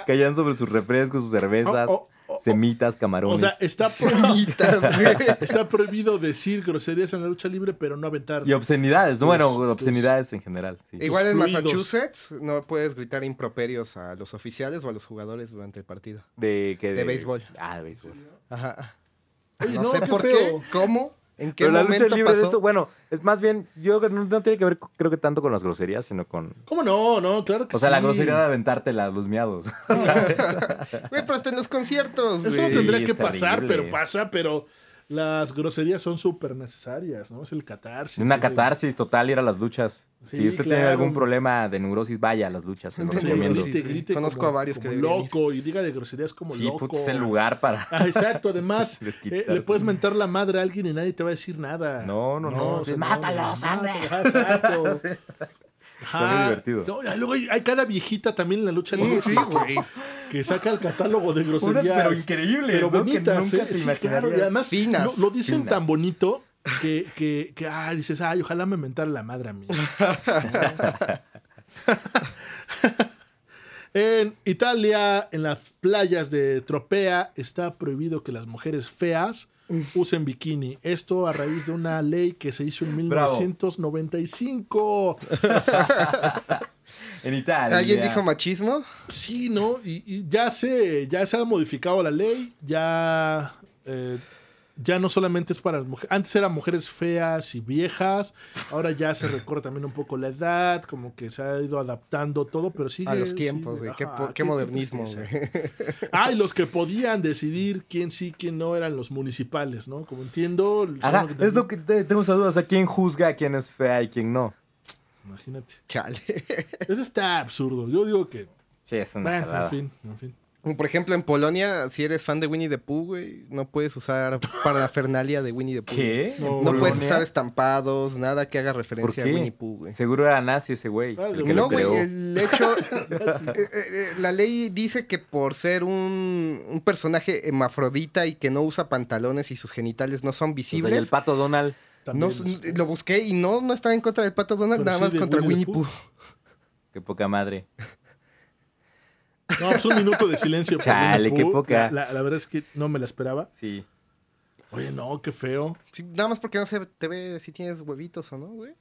S2: caían sobre sus refrescos, sus cervezas,
S3: Oh, oh, oh,
S2: semitas,
S3: O
S2: camarones
S3: sea, eh,
S4: [laughs]
S3: está
S4: Puñitas, güey.
S3: [laughs] Está prohibido decir groserías en la lucha libre, pero no aventar.
S2: y obscenidades. ¿no? bueno,
S3: tus-
S2: obscenidades en general. sí.
S3: Eh,
S4: Igual en
S3: fluidos.
S4: Massachusetts no puedes gritar improperios a los oficiales o a los jugadores durante el partido.
S2: De, que
S4: de béisbol.
S2: Ah, de béisbol.
S4: Ajá.
S3: Oye,
S4: no, sé
S3: qué
S4: por
S3: feo.
S4: qué, cómo, en qué
S2: Pero la lucha
S4: momento
S2: libre de
S4: pasó.
S2: eso, bueno, es más bien, yo creo- no, no tiene que ver, creo que tanto con las groserías, sino con.
S3: ¿Cómo no? No, claro que
S2: O sea, la
S3: sí.
S2: grosería de aventártela a los miados.
S4: Güey, pero hasta en los conciertos,
S3: Eso no
S4: güey.
S2: te-
S3: tendría
S2: Sí,
S3: que
S2: es
S3: pasar,
S2: terrible.
S3: pero pasa, pero las groserías son súper necesarias, ¿no? Es el
S2: [laughs]
S3: catarsis.
S2: Una
S3: es el-
S2: catarsis total ir a las luchas.
S3: Sí,
S2: si usted
S3: claro.
S2: tiene algún problema de neurosis, vaya a las luchas. se lo
S4: De
S3: Sí,
S2: recomiendo.
S4: neurosis.
S3: grite, grite
S4: Conozco
S3: como-
S4: a varios
S3: como
S4: que deberían ir.
S3: loco y diga de groserías como
S2: Sí,
S3: loco.
S2: puta, es el lugar
S3: [laughs]
S2: para.
S3: Ah,
S2: [laughs]
S3: exacto, además eh,
S2: Desquitarse.
S3: le puedes mentar la madre a alguien y nadie te va a decir nada.
S2: No, no, no.
S3: o sea,
S2: Mátalos, [laughs]
S3: Mátalo, exacto.
S2: Sí.
S3: Ajá.
S2: Está muy divertido.
S3: Ah, No, y luego hay, hay cada viejita también en la lucha libre
S4: Sí,
S3: que-
S4: güey.
S3: que saca el catálogo de
S2: Unas
S3: groserías.
S2: pero increíbles,
S3: pero
S2: ¿no? Que
S3: bonitas,
S2: nunca te
S3: ¿eh? Sí, claro,
S2: imaginarías.
S3: y además
S4: Finas.
S3: Lo, lo dicen
S2: Finas.
S3: tan bonito que, que, que ah, dices, ay, ojalá me mentara la
S2: [laughs]
S3: madre a mí. en Italia, en las playas de Tropea, está prohibido que las mujeres feas usen bikini. Esto a raíz de una ley que se hizo en 1995.
S2: En Italia.
S4: ¿Alguien dijo machismo?
S3: Sí, ¿no? Y, y ya se, ya se ha modificado la ley, ya, eh, ya no solamente es para las mujeres. Antes eran mujeres feas y viejas, ahora ya se recorta también un poco la edad, como que se ha ido adaptando todo, pero sí.
S4: A los tiempos, güey. Qué, po- qué modernismo, güey.
S3: [laughs]
S4: [laughs]
S3: Ah, y los que podían decidir quién sí, quién no eran los municipales, ¿no? Como entiendo. son
S2: Ajá,
S3: los
S2: es lo que te- tengo esa duda. O sea, ¿quién juzga a quién es fea y quién no?
S3: Imagínate.
S4: Chale.
S3: Eso está absurdo. Yo digo que.
S2: Sí, es una
S3: Bueno,
S2: jalada.
S3: en fin, en fin. [laughs]
S4: Por ejemplo, en Polonia, si eres fan de Winnie the Pooh, güey, no puedes usar parafernalia de Winnie the Pooh.
S2: ¿Qué?
S3: No, este,
S4: No puedes
S2: ¿Polonia?
S4: usar estampados, nada que haga referencia a
S2: qué?
S4: Winnie Pooh, güey.
S2: Seguro era nazi ese güey.
S3: Ah,
S2: el
S3: de
S2: que
S4: No,
S2: lo
S4: güey,
S2: creó.
S4: el hecho.
S3: Ah.
S4: eh, eh, eh, la ley dice que por ser un, un personaje hemafrodita y que no usa pantalones y sus genitales no son
S3: Pues
S2: O sea, y el
S4: visibles.
S2: pato Donald.
S4: no,
S3: También, este,
S4: s- lo busqué y no, no está en contra del pato Donald,
S3: Pero
S4: nada
S3: sí
S4: más
S3: de
S4: contra
S3: Winnie
S4: Winnie
S3: the
S4: Pooh.
S2: Qué poca madre.
S3: No, pues un minuto de silencio. por
S2: Chale,
S3: Winnie
S2: qué
S3: Pooh.
S2: poca.
S3: La, la- la verdad es que no me la esperaba.
S2: Sí.
S3: Oye, no, qué feo.
S4: Sí, nada más porque no se te ve si tienes huevitos o no, güey.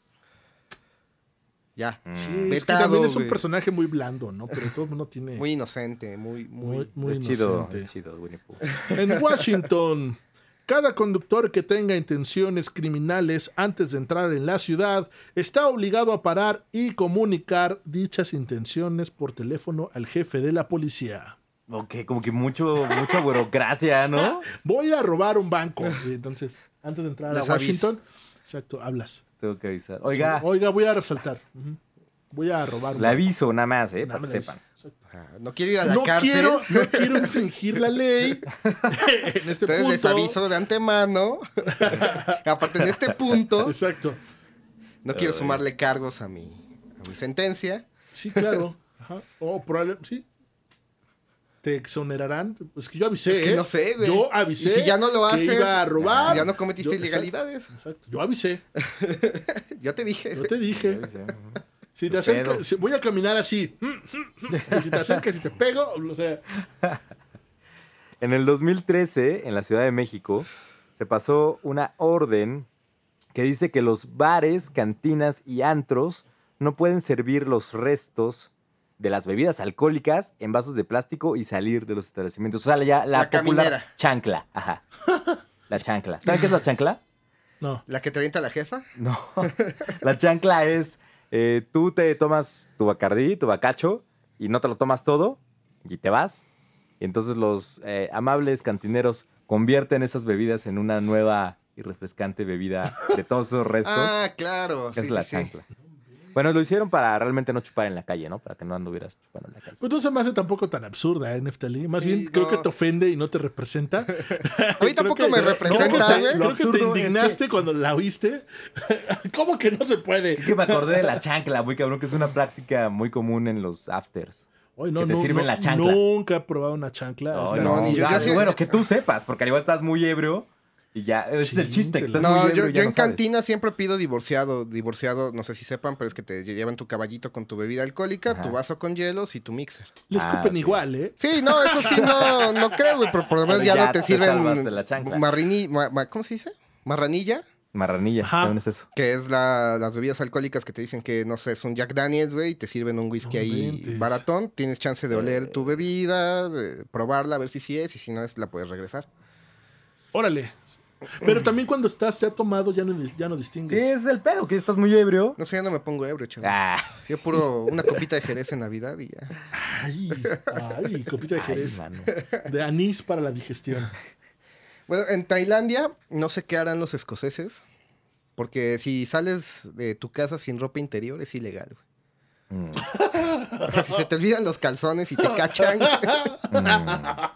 S4: Ya.
S2: Mm.
S3: Sí, es que
S4: Vetado,
S3: también es un
S4: güey.
S3: personaje muy blando, ¿no? Pero todo el mundo tiene.
S4: Muy inocente, muy, muy.
S3: muy, muy
S2: es chido.
S3: inocente.
S2: Es chido, Winnie Pooh.
S3: En Washington, cada conductor que tenga intenciones criminales antes de entrar en la ciudad está obligado a parar y comunicar dichas intenciones por teléfono al jefe de la policía.
S2: [laughs] Ok, como que mucho, mucha burocracia, ¿no?
S3: Voy a robar un
S4: [laughs]
S3: banco. Y entonces, antes de entrar
S4: Les
S3: a
S4: aviso.
S3: Washington, exacto, hablas.
S2: Tengo que avisar. Oiga,
S3: Sí, oiga, voy a resaltar. Ujú. Voy a robar un
S2: le
S3: banco.
S2: aviso nada más, ¿eh? Para
S3: Nada
S2: que
S3: más le aviso.
S2: sepan.
S3: Exacto.
S4: Ah, no quiero ir a la
S3: No
S4: cárcel.
S3: quiero, no quiero infringir la
S4: [laughs]
S3: ley. en este
S4: Entonces les
S3: punto.
S4: aviso
S3: [laughs]
S4: de antemano. Aparte, en este punto,
S3: Exacto.
S4: no quiero sumarle cargos a mi, a mi sentencia.
S3: Sí, claro. Ajá. O probablemente, sí. Te exonerarán. Es que yo avisé.
S4: Es que
S3: ¿eh?
S4: no sé, güey.
S3: Yo avisé.
S4: Y si ya no lo
S3: que
S4: haces,
S3: iba a robar.
S4: Ya no cometiste
S3: Yo-
S4: ilegalidades. [laughs]
S3: Exacto, exacto. Yo avisé.
S4: Ya te dije.
S3: Yo te
S2: Le
S3: dije.
S2: aviso, ujú.
S3: Si te
S2: Tu
S3: acercas,
S2: pedo.
S3: si- voy a caminar así. [laughs] Y si te acercas y te pego, o sea,
S2: En el 2013, en la Ciudad de México, se pasó una orden que dice que los bares, cantinas y antros no pueden servir los restos de las bebidas alcohólicas en vasos de plástico y salir de los establecimientos. O sea, ya la,
S4: La
S2: popular
S4: caminera.
S2: chancla. Ajá. La chancla. ¿Saben qué es la chancla?
S3: no.
S4: La que te avienta la jefa.
S2: No. [laughs] La chancla es, eh, tú te tomas tu bacardí, tu bacacho, y no te lo tomas todo, y te vas. Y entonces los eh, amables cantineros convierten esas bebidas en una nueva y refrescante bebida de todos esos restos,
S4: Ah, claro.
S2: que
S4: Sí,
S2: es la
S4: sí, sí.
S2: chancla. Bueno, lo hicieron para realmente no chupar en la calle, ¿no? Para que no anduvieras chupando en la calle.
S3: Pues no se me hace tampoco tan absurda, ¿eh, Neftalí? Más
S4: Sí,
S3: bien, creo
S4: no.
S3: que te ofende y no te representa.
S4: [laughs] A mí tampoco me
S3: No,
S4: representa, ¿eh?
S3: creo que-
S4: güey.
S2: Lo
S3: creo que
S2: absurdo
S3: te
S2: es
S3: indignaste cuando
S2: [laughs]
S3: la oíste. ¿Cómo que no se puede?
S2: Es que me acordé de la chancla, muy cabrón, que es una práctica muy común en los afters.
S3: Ay,
S2: Que te sirven la chancla.
S3: Nunca he probado una chancla.
S2: Ay,
S3: hasta-
S4: no, ni yo.
S2: ya,
S4: Yo sí-
S2: bueno, que tú sepas, porque al igual estás muy ebrio y ya. Ese es el chiste, que estás
S4: No,
S2: muy ebrio
S4: yo,
S2: y ya
S4: yo en
S2: no sabes.
S4: cantina siempre pido divorciado. Divorciado, no sé si sepan, pero es que te llevan tu caballito con tu bebida alcohólica,
S2: Ajá.
S4: tu vaso con hielos y tu mixer.
S3: Le
S2: Ah,
S3: escupen
S2: ok.
S3: igual, ¿eh?
S4: Sí, no, eso sí no, no creo, güey, pero por lo menos
S2: Ya
S4: ya, no te
S2: te
S4: sirven
S2: salvas de la chancla.
S4: marrini- ma- ma- ¿cómo se dice? Marranilla,
S2: Marranilla,
S3: Ajá.
S2: también es eso.
S4: que es la- las bebidas alcohólicas que te dicen que, no sé, es un Jack Daniels, güey, y te sirven un whisky
S3: No
S4: ahí
S3: inventes. Eh.
S4: baratón, tienes chance de oler tu bebida, de probarla, a ver si sí es, y si no es, la puedes regresar.
S3: Órale. Pero también cuando estás ya tomado, ya no, ya no
S2: Sí,
S3: distingues.
S2: ese es el pedo, que estás muy ebrio.
S4: No sé, ya no me pongo ebrio, chaval.
S2: Ah,
S4: Yo puro una copita de Jerez en Navidad y ya.
S3: Ay, ay, copita de
S2: ay,
S3: jerez.
S2: mano.
S3: de anís para la digestión.
S4: Bueno, en Tailandia no sé qué harán los escoceses, porque si sales de tu casa sin ropa interior es ilegal, güey.
S2: Mm,
S4: O sea, si se te olvidan los calzones
S3: [laughs]
S4: y te cachan,
S2: mm.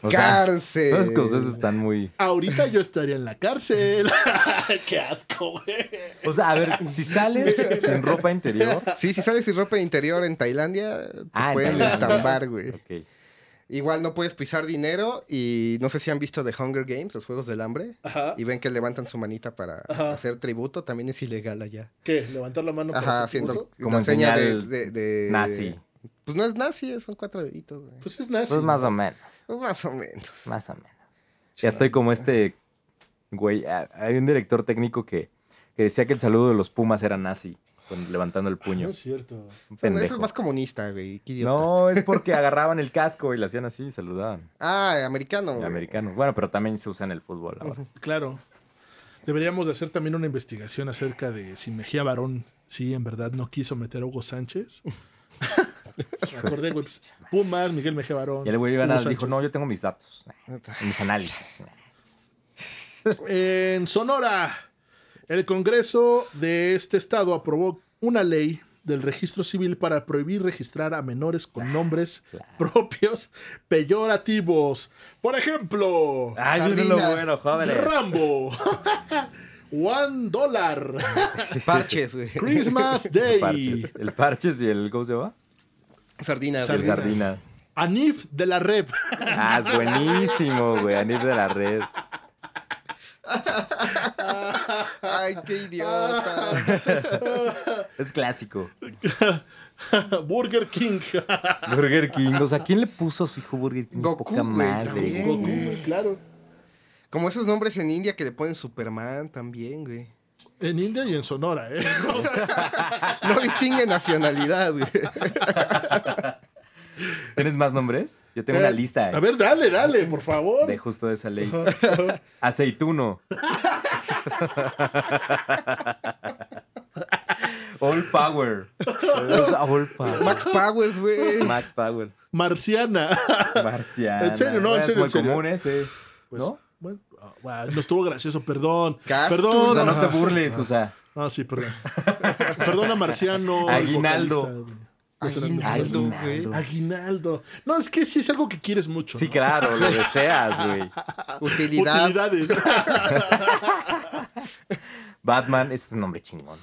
S2: O sea,
S4: cárcel.
S2: todos los escoceses están muy.
S3: Ahorita yo estaría en la cárcel. [laughs] Qué asco, güey.
S2: O sea, a ver, si sales sin ropa interior.
S4: Sí, si sales sin ropa de interior en Tailandia, te
S2: Ah, en
S4: pueden
S2: Tailandia.
S4: entambar, güey.
S2: Ok.
S4: Igual no puedes pisar dinero y no sé si han visto The Hunger Games, los Juegos del Hambre,
S3: Ajá.
S4: y ven que levantan su manita para
S3: Ajá.
S4: hacer tributo, también es ilegal allá.
S3: ¿Qué? ¿Levantar la mano? para
S4: Ajá,
S3: hacer
S4: haciendo
S3: uso?
S2: Como
S4: la seña de,
S2: señal
S4: de- de-
S2: Nazi.
S4: Pues no es nazi, son cuatro deditos, güey.
S3: Pues es nazi.
S2: Pues más o menos,
S4: Pues más o menos.
S2: más o menos. Ya estoy como este Güey, ah, hay un director técnico que, que decía que el saludo de los Pumas era nazi, con- levantando el puño.
S3: No es cierto.
S2: Un
S4: Bueno, eso
S2: pendejo.
S4: es más comunista, güey. qué idiota.
S2: No, es porque agarraban el casco y le hacían así y saludaban.
S4: Ah, americano, güey.
S2: Americanos. Bueno, pero también se usa en el fútbol ahora.
S3: Claro. Deberíamos de hacer también una investigación acerca de si Mejía Barón, sí, en verdad no quiso meter a
S2: [laughs]
S3: Hugo Sánchez. Me acordé, güey. pues, Pumas, Miguel Mejía Barón.
S2: Y el güey
S3: Hugo
S2: Ibanez
S3: Sánchez.
S2: dijo, no, yo tengo mis datos, eh, mis análisis. eh".
S3: En Sonora, el Congreso de este estado aprobó una ley del registro civil para prohibir registrar a menores con nombres propios peyorativos. Por ejemplo,
S2: Ay, yo no
S4: Sardina.
S2: lo bueno, jóvenes. [laughs]
S3: Rambo. One dólar.
S4: [laughs] Parches, güey.
S3: Christmas Day.
S2: Parches. El Parches y el, ¿cómo se llama?
S4: Sardinas,
S2: El
S4: güey.
S3: Sardinas.
S2: Sardina.
S3: Anif de la Rep. [laughs]
S2: Ah, es buenísimo, güey. Anir de la red.
S4: Ay, qué idiota.
S2: Es clásico.
S3: Burger King.
S2: Burger King. O sea, ¿quién le puso a su hijo Burger King?
S4: Goku,
S2: Poca
S4: güey,
S2: madre.
S4: también.
S2: güey.
S4: güey.
S3: claro.
S4: Como esos nombres en India que le ponen Superman también, güey.
S3: En India y en Sonora, ¿eh?
S4: No distingue nacionalidad, güey.
S2: ¿Tienes más nombres? Yo [laughs] tengo una
S3: Eh,
S2: lista eh,
S3: A ver, dale, dale, por favor.
S2: de justo de esa ley. Aceituno. All Power. All Power.
S4: Max Powers, güey.
S2: Max Power.
S3: Marciana.
S2: Marciana.
S3: En serio, no, en
S2: Es
S3: serio, en
S2: muy
S3: serio.
S2: común ese.
S3: Pues,
S2: ¿No?
S3: Bueno, ah, bueno, no estuvo gracioso, perdón.
S4: Castro,
S2: O
S3: perdón.
S2: sea, no te
S3: Ah,
S2: burles, o sea.
S3: ah, sí, perdón. Perdón a Marciano. al
S2: Aguinaldo.
S3: vocalista.
S4: Aguinaldo, güey.
S3: Aguinaldo. No, es que sí es algo que quieres mucho.
S2: Sí,
S3: ¿no?
S2: claro, lo [laughs] deseas, güey.
S4: Utilidad.
S3: Utilidades.
S2: [laughs] Batman, ese es un nombre chingón.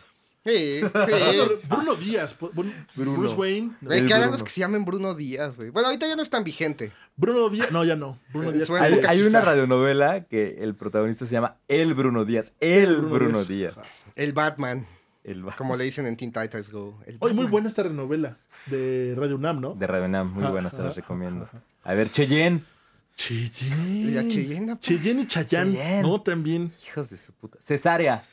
S4: Sí, sí.
S3: [laughs] Bruno Díaz. Bu- Bu-
S2: Bruno.
S3: Bruce Wayne. no.
S4: Güey,
S2: El
S4: que harán
S2: Bruno.
S4: los que se llamen Bruno Díaz, güey. Bueno, ahorita ya no es tan vigente.
S3: Bruno Díaz. No, ya no. Bruno
S4: El
S3: Díaz.
S4: sueño.
S2: Hay,
S4: Nunca
S2: hay
S4: se
S2: una
S4: sabe.
S2: radionovela que el protagonista se llama El Bruno Díaz. El Bruno Díaz.
S4: El Batman,
S2: El ba-
S4: como le dicen en Teen Titans Go. El
S3: Oye, muy
S4: Batman.
S3: buena esta renovela de Radio UNAM, ¿no?
S2: de Radio Nam, muy buena, se las recomiendo. A ver, Cheyenne.
S3: Cheyenne.
S4: La Cheyenne,
S3: Cheyenne y Chayán.
S2: Cheyenne.
S3: No, también.
S2: Hijos de su puta. Cesárea.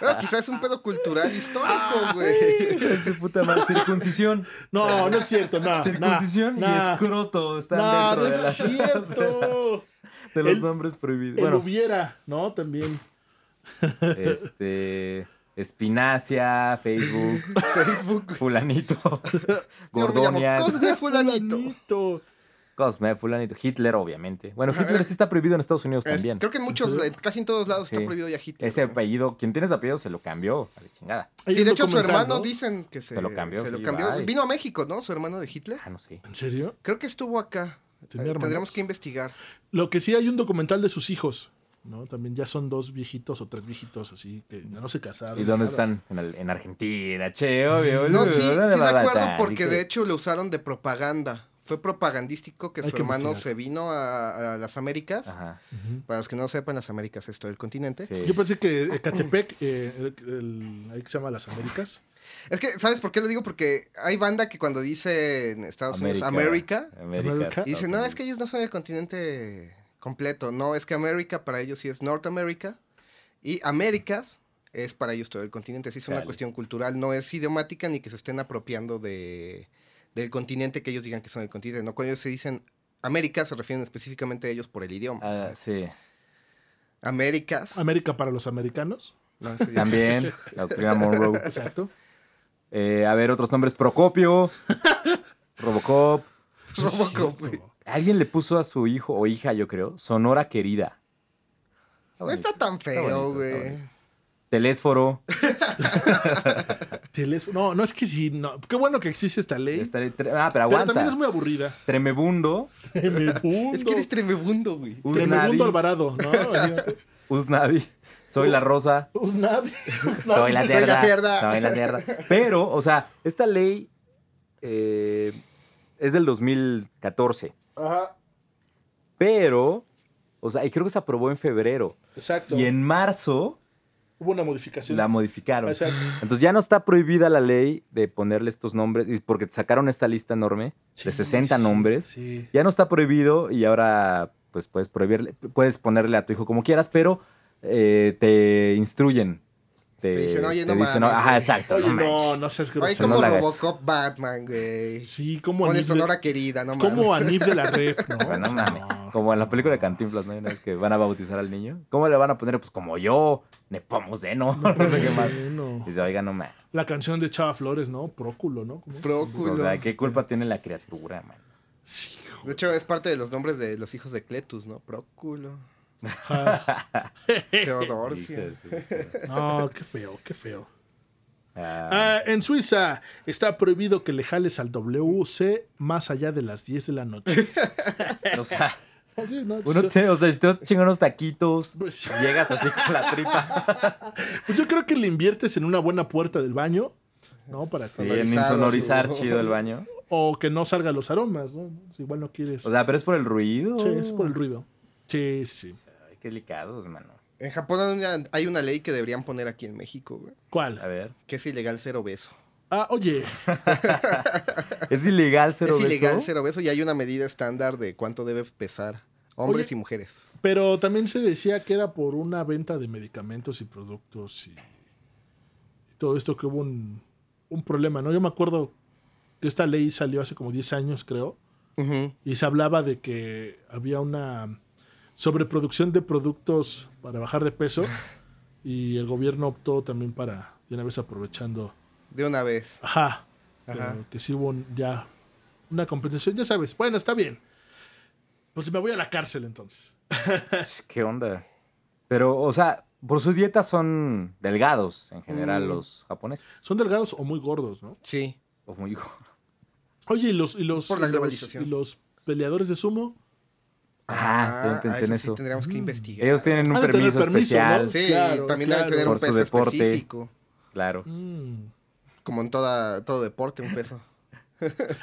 S4: Bueno, quizás es un pedo cultural histórico, güey.
S2: Hijos de su puta madre. Circuncisión.
S3: No, no es cierto,
S4: Ah,
S3: no.
S2: Circuncisión
S3: no,
S2: y
S3: no.
S2: escroto están
S3: No,
S2: dentro
S3: no
S2: de,
S3: es
S2: las- [laughs]
S3: cierto.
S2: de los
S3: El-
S2: nombres prohibidos.
S3: El
S2: Bueno,
S3: hubiera, ¿no? También.
S2: este. Espinacia, Facebook,
S4: Facebook, güey.
S2: Fulanito,
S4: Yo me llamo
S2: Gordonias.
S4: Cosme Fulanito.
S3: Fulanito.
S2: Cosme, fulanito, Hitler, obviamente. Bueno, Hitler sí está prohibido en Estados Unidos
S4: Es-
S2: también.
S4: creo que en muchos, en casi en todos lados
S2: Sí.
S4: está prohibido ya Hitler.
S2: Ese
S4: güey.
S2: apellido, quien tiene ese apellido se lo cambió. A la chingada.
S3: Hay
S4: Sí,
S3: un
S4: de hecho su
S3: documental,
S4: hermano
S3: ¿no?
S4: dicen que se,
S2: Se lo cambió,
S4: se lo
S2: sí,
S4: cambió.
S2: bye.
S4: Vino a México, ¿no? Su hermano de Hitler.
S2: Ah, no sé.
S3: ¿En serio?
S4: Creo que estuvo acá.
S3: Tenía
S4: Eh,
S3: hermanos.
S4: Tendremos que investigar.
S3: Lo que sí hay un documental de sus hijos, ¿no? También ya son dos viejitos o tres viejitos, así que ya no se casaron.
S2: ¿Y dónde
S3: nada.
S2: están? En, el- en Argentina, che, obvio.
S4: No,
S2: boludo,
S4: sí,
S2: ¿dónde
S4: sí
S2: va a
S4: recuerdo
S2: estar?
S4: porque
S2: Dije,
S4: de hecho lo usaron de propaganda. Fue propagandístico que
S3: Hay
S4: su
S3: que
S4: hermano
S3: investigar.
S4: se vino a, a las Américas.
S2: Ajá.
S3: Ujú.
S4: Para los que no sepan, las Américas es todo el continente.
S2: sí.
S3: Yo pensé que Ecatepec, eh, el- el- ahí que se llama Las Américas.
S4: Es que, ¿sabes por qué lo digo? Porque hay banda que cuando dice en Estados Unidos América,
S3: América.
S2: América.
S4: dice, no, es que ellos no son el continente completo. No, es que América para ellos sí es Norteamérica. Y Américas es para ellos todo el continente. Sí, es una
S2: Chale.
S4: cuestión cultural, no es idiomática ni que se estén apropiando de, del continente que ellos digan que son el continente. No, cuando ellos se dicen América, se refieren específicamente a ellos por el idioma.
S2: Ah,
S4: [laughs]
S2: sí.
S4: Américas.
S3: América para los americanos.
S4: No, en serio.
S2: También, la doctrina Monroe.
S3: Exacto.
S2: Eh, a ver, otros nombres. Procopio, Robocop.
S4: [laughs] Robocop, güey.
S2: Alguien le puso a su hijo o hija, yo creo, Sonora Querida.
S4: [laughs] No está tan feo,
S2: bonito,
S4: güey.
S2: está Telésforo.
S3: Teléfono- No, no es que sí. No. Qué bueno que existe esta ley.
S2: Estaré tre- Ah, pero
S3: pero
S2: aguanta.
S3: también es muy aburrida.
S2: Tremebundo,
S3: Tremebundo.
S4: [laughs] Es que eres tremebundo, güey.
S2: Uznavi,
S3: Tremebundo Alvarado,
S2: [laughs]
S3: ¿no?
S2: Uznavi, Soy la rosa,
S3: Uznavi. Uznavi.
S2: soy la
S4: Soy
S2: cerda,
S4: la cerda.
S2: soy la cerda. Pero, o sea, esta ley eh, es del 2014,
S3: Ajá,
S2: pero, o sea, y creo que se aprobó en febrero
S3: exacto.
S2: y en marzo
S3: Hubo una modificación.
S2: la modificaron.
S3: Exacto.
S2: Entonces ya no está prohibida la ley de ponerle estos nombres y porque sacaron esta lista enorme de
S3: Sí,
S2: 60
S3: sí,
S2: nombres.
S3: Sí.
S2: Ya no está prohibido y ahora pues puedes prohibirle, puedes ponerle a tu hijo como quieras, pero eh, te instruyen. Te,
S4: Te dicen, "Oye,
S2: te
S4: no
S2: dicen,
S4: mames,
S2: Ajá,
S4: güey".
S2: exacto.
S3: Oye,
S2: no manches".
S3: no, no seas
S4: Oye,
S3: grosero.
S2: no
S4: como
S2: la hagas.
S4: Robocop Batman, güey.
S3: Sí, como
S4: Pone
S3: Anib
S4: sonora querida, no mames.
S3: como Anib
S2: [laughs]
S3: de la red, ¿no?
S2: O sea, no mames.
S3: No.
S2: Como en la película de Cantinflas, ¿no? Hay Una vez que van a bautizar al niño. ¿Cómo le van a poner? Pues como yo, Nepomuceno. [laughs] No sé qué más.
S3: Sí, no.
S2: Dice, oiga, no mames.
S3: La canción de Chava Flores, ¿no? Próculo, ¿no? ¿Cómo?
S4: Próculo.
S2: O sea, ¿qué culpa tiene la criatura, man?
S3: Sí, hijo.
S4: De hecho, es parte de los nombres de los hijos de Cletus, ¿no?
S3: [laughs]
S4: Próculo,
S3: Ah,
S2: Hijo
S4: Teodorcio.
S2: de su-
S3: No, qué feo, qué feo.
S2: Ah,
S3: Ah, en Suiza está prohibido que le jales al WC más allá de las 10 de la noche. [laughs]
S2: o sea,
S3: Ah, Sí, ¿no?
S2: uno te- o sea, si te vas a chingar unos taquitos,
S3: Pues-
S2: llegas así con la tripa.
S3: Pues yo creo que le inviertes en una buena puerta del baño, ¿no? Para
S2: Sí,
S3: que-
S2: en
S4: Sonorizados,
S2: insonorizar
S4: tú.
S2: chido el baño.
S3: O que no salgan los aromas, ¿no? Si igual no quieres.
S2: O sea, pero es por el ruido.
S3: Sí, es por el ruido. Sí, sí, sí.
S2: Ay, qué delicados, mano.
S4: En Japón hay una- hay una ley que deberían poner aquí en México, güey.
S2: A
S3: ¿Cuál?
S2: ver.
S4: Que es ilegal ser obeso.
S3: Ah, oye,
S2: ¿Es ilegal ser
S4: Es
S2: obeso?
S4: ilegal ser obeso y hay una medida estándar de cuánto debe pesar hombres
S3: Oye.
S4: y mujeres.
S3: pero también se decía que era por una venta de medicamentos y productos y, y todo esto que hubo un, un problema, ¿no? Yo me acuerdo que esta ley salió hace como 10 años, creo.
S4: Ujú.
S3: y se hablaba de que había una sobreproducción de productos para bajar de peso y el gobierno optó también para, de una vez aprovechando,
S4: De una vez.
S3: ajá,
S4: Ajá.
S3: pero que sí hubo un- ya una compensación, ya sabes, bueno, está bien. Pues me voy a la cárcel entonces.
S2: Ch, ¿Qué onda? Pero, o sea, por su dieta son delgados en general
S4: Mm.
S2: los japoneses.
S3: Son delgados o muy gordos, ¿no?
S4: Sí.
S2: O muy go-
S3: Oye, y los, y los,
S4: Por la
S3: y los-
S4: globalización.
S3: y los peleadores de sumo,
S2: Ah, yo pensé
S4: a eso
S2: en
S4: sí
S2: eso.
S4: tendríamos que investigar.
S2: Ellos tienen un
S3: Han de tener
S2: permiso,
S3: permiso,
S2: especial.
S3: ¿no?
S4: Sí,
S3: Mm. Claro,
S4: también
S3: claro.
S4: deben tener un
S2: Por su
S4: peso
S2: deporte.
S4: específico.
S3: [laughs]
S2: Claro.
S3: mm,
S4: Como en toda, todo deporte, un peso.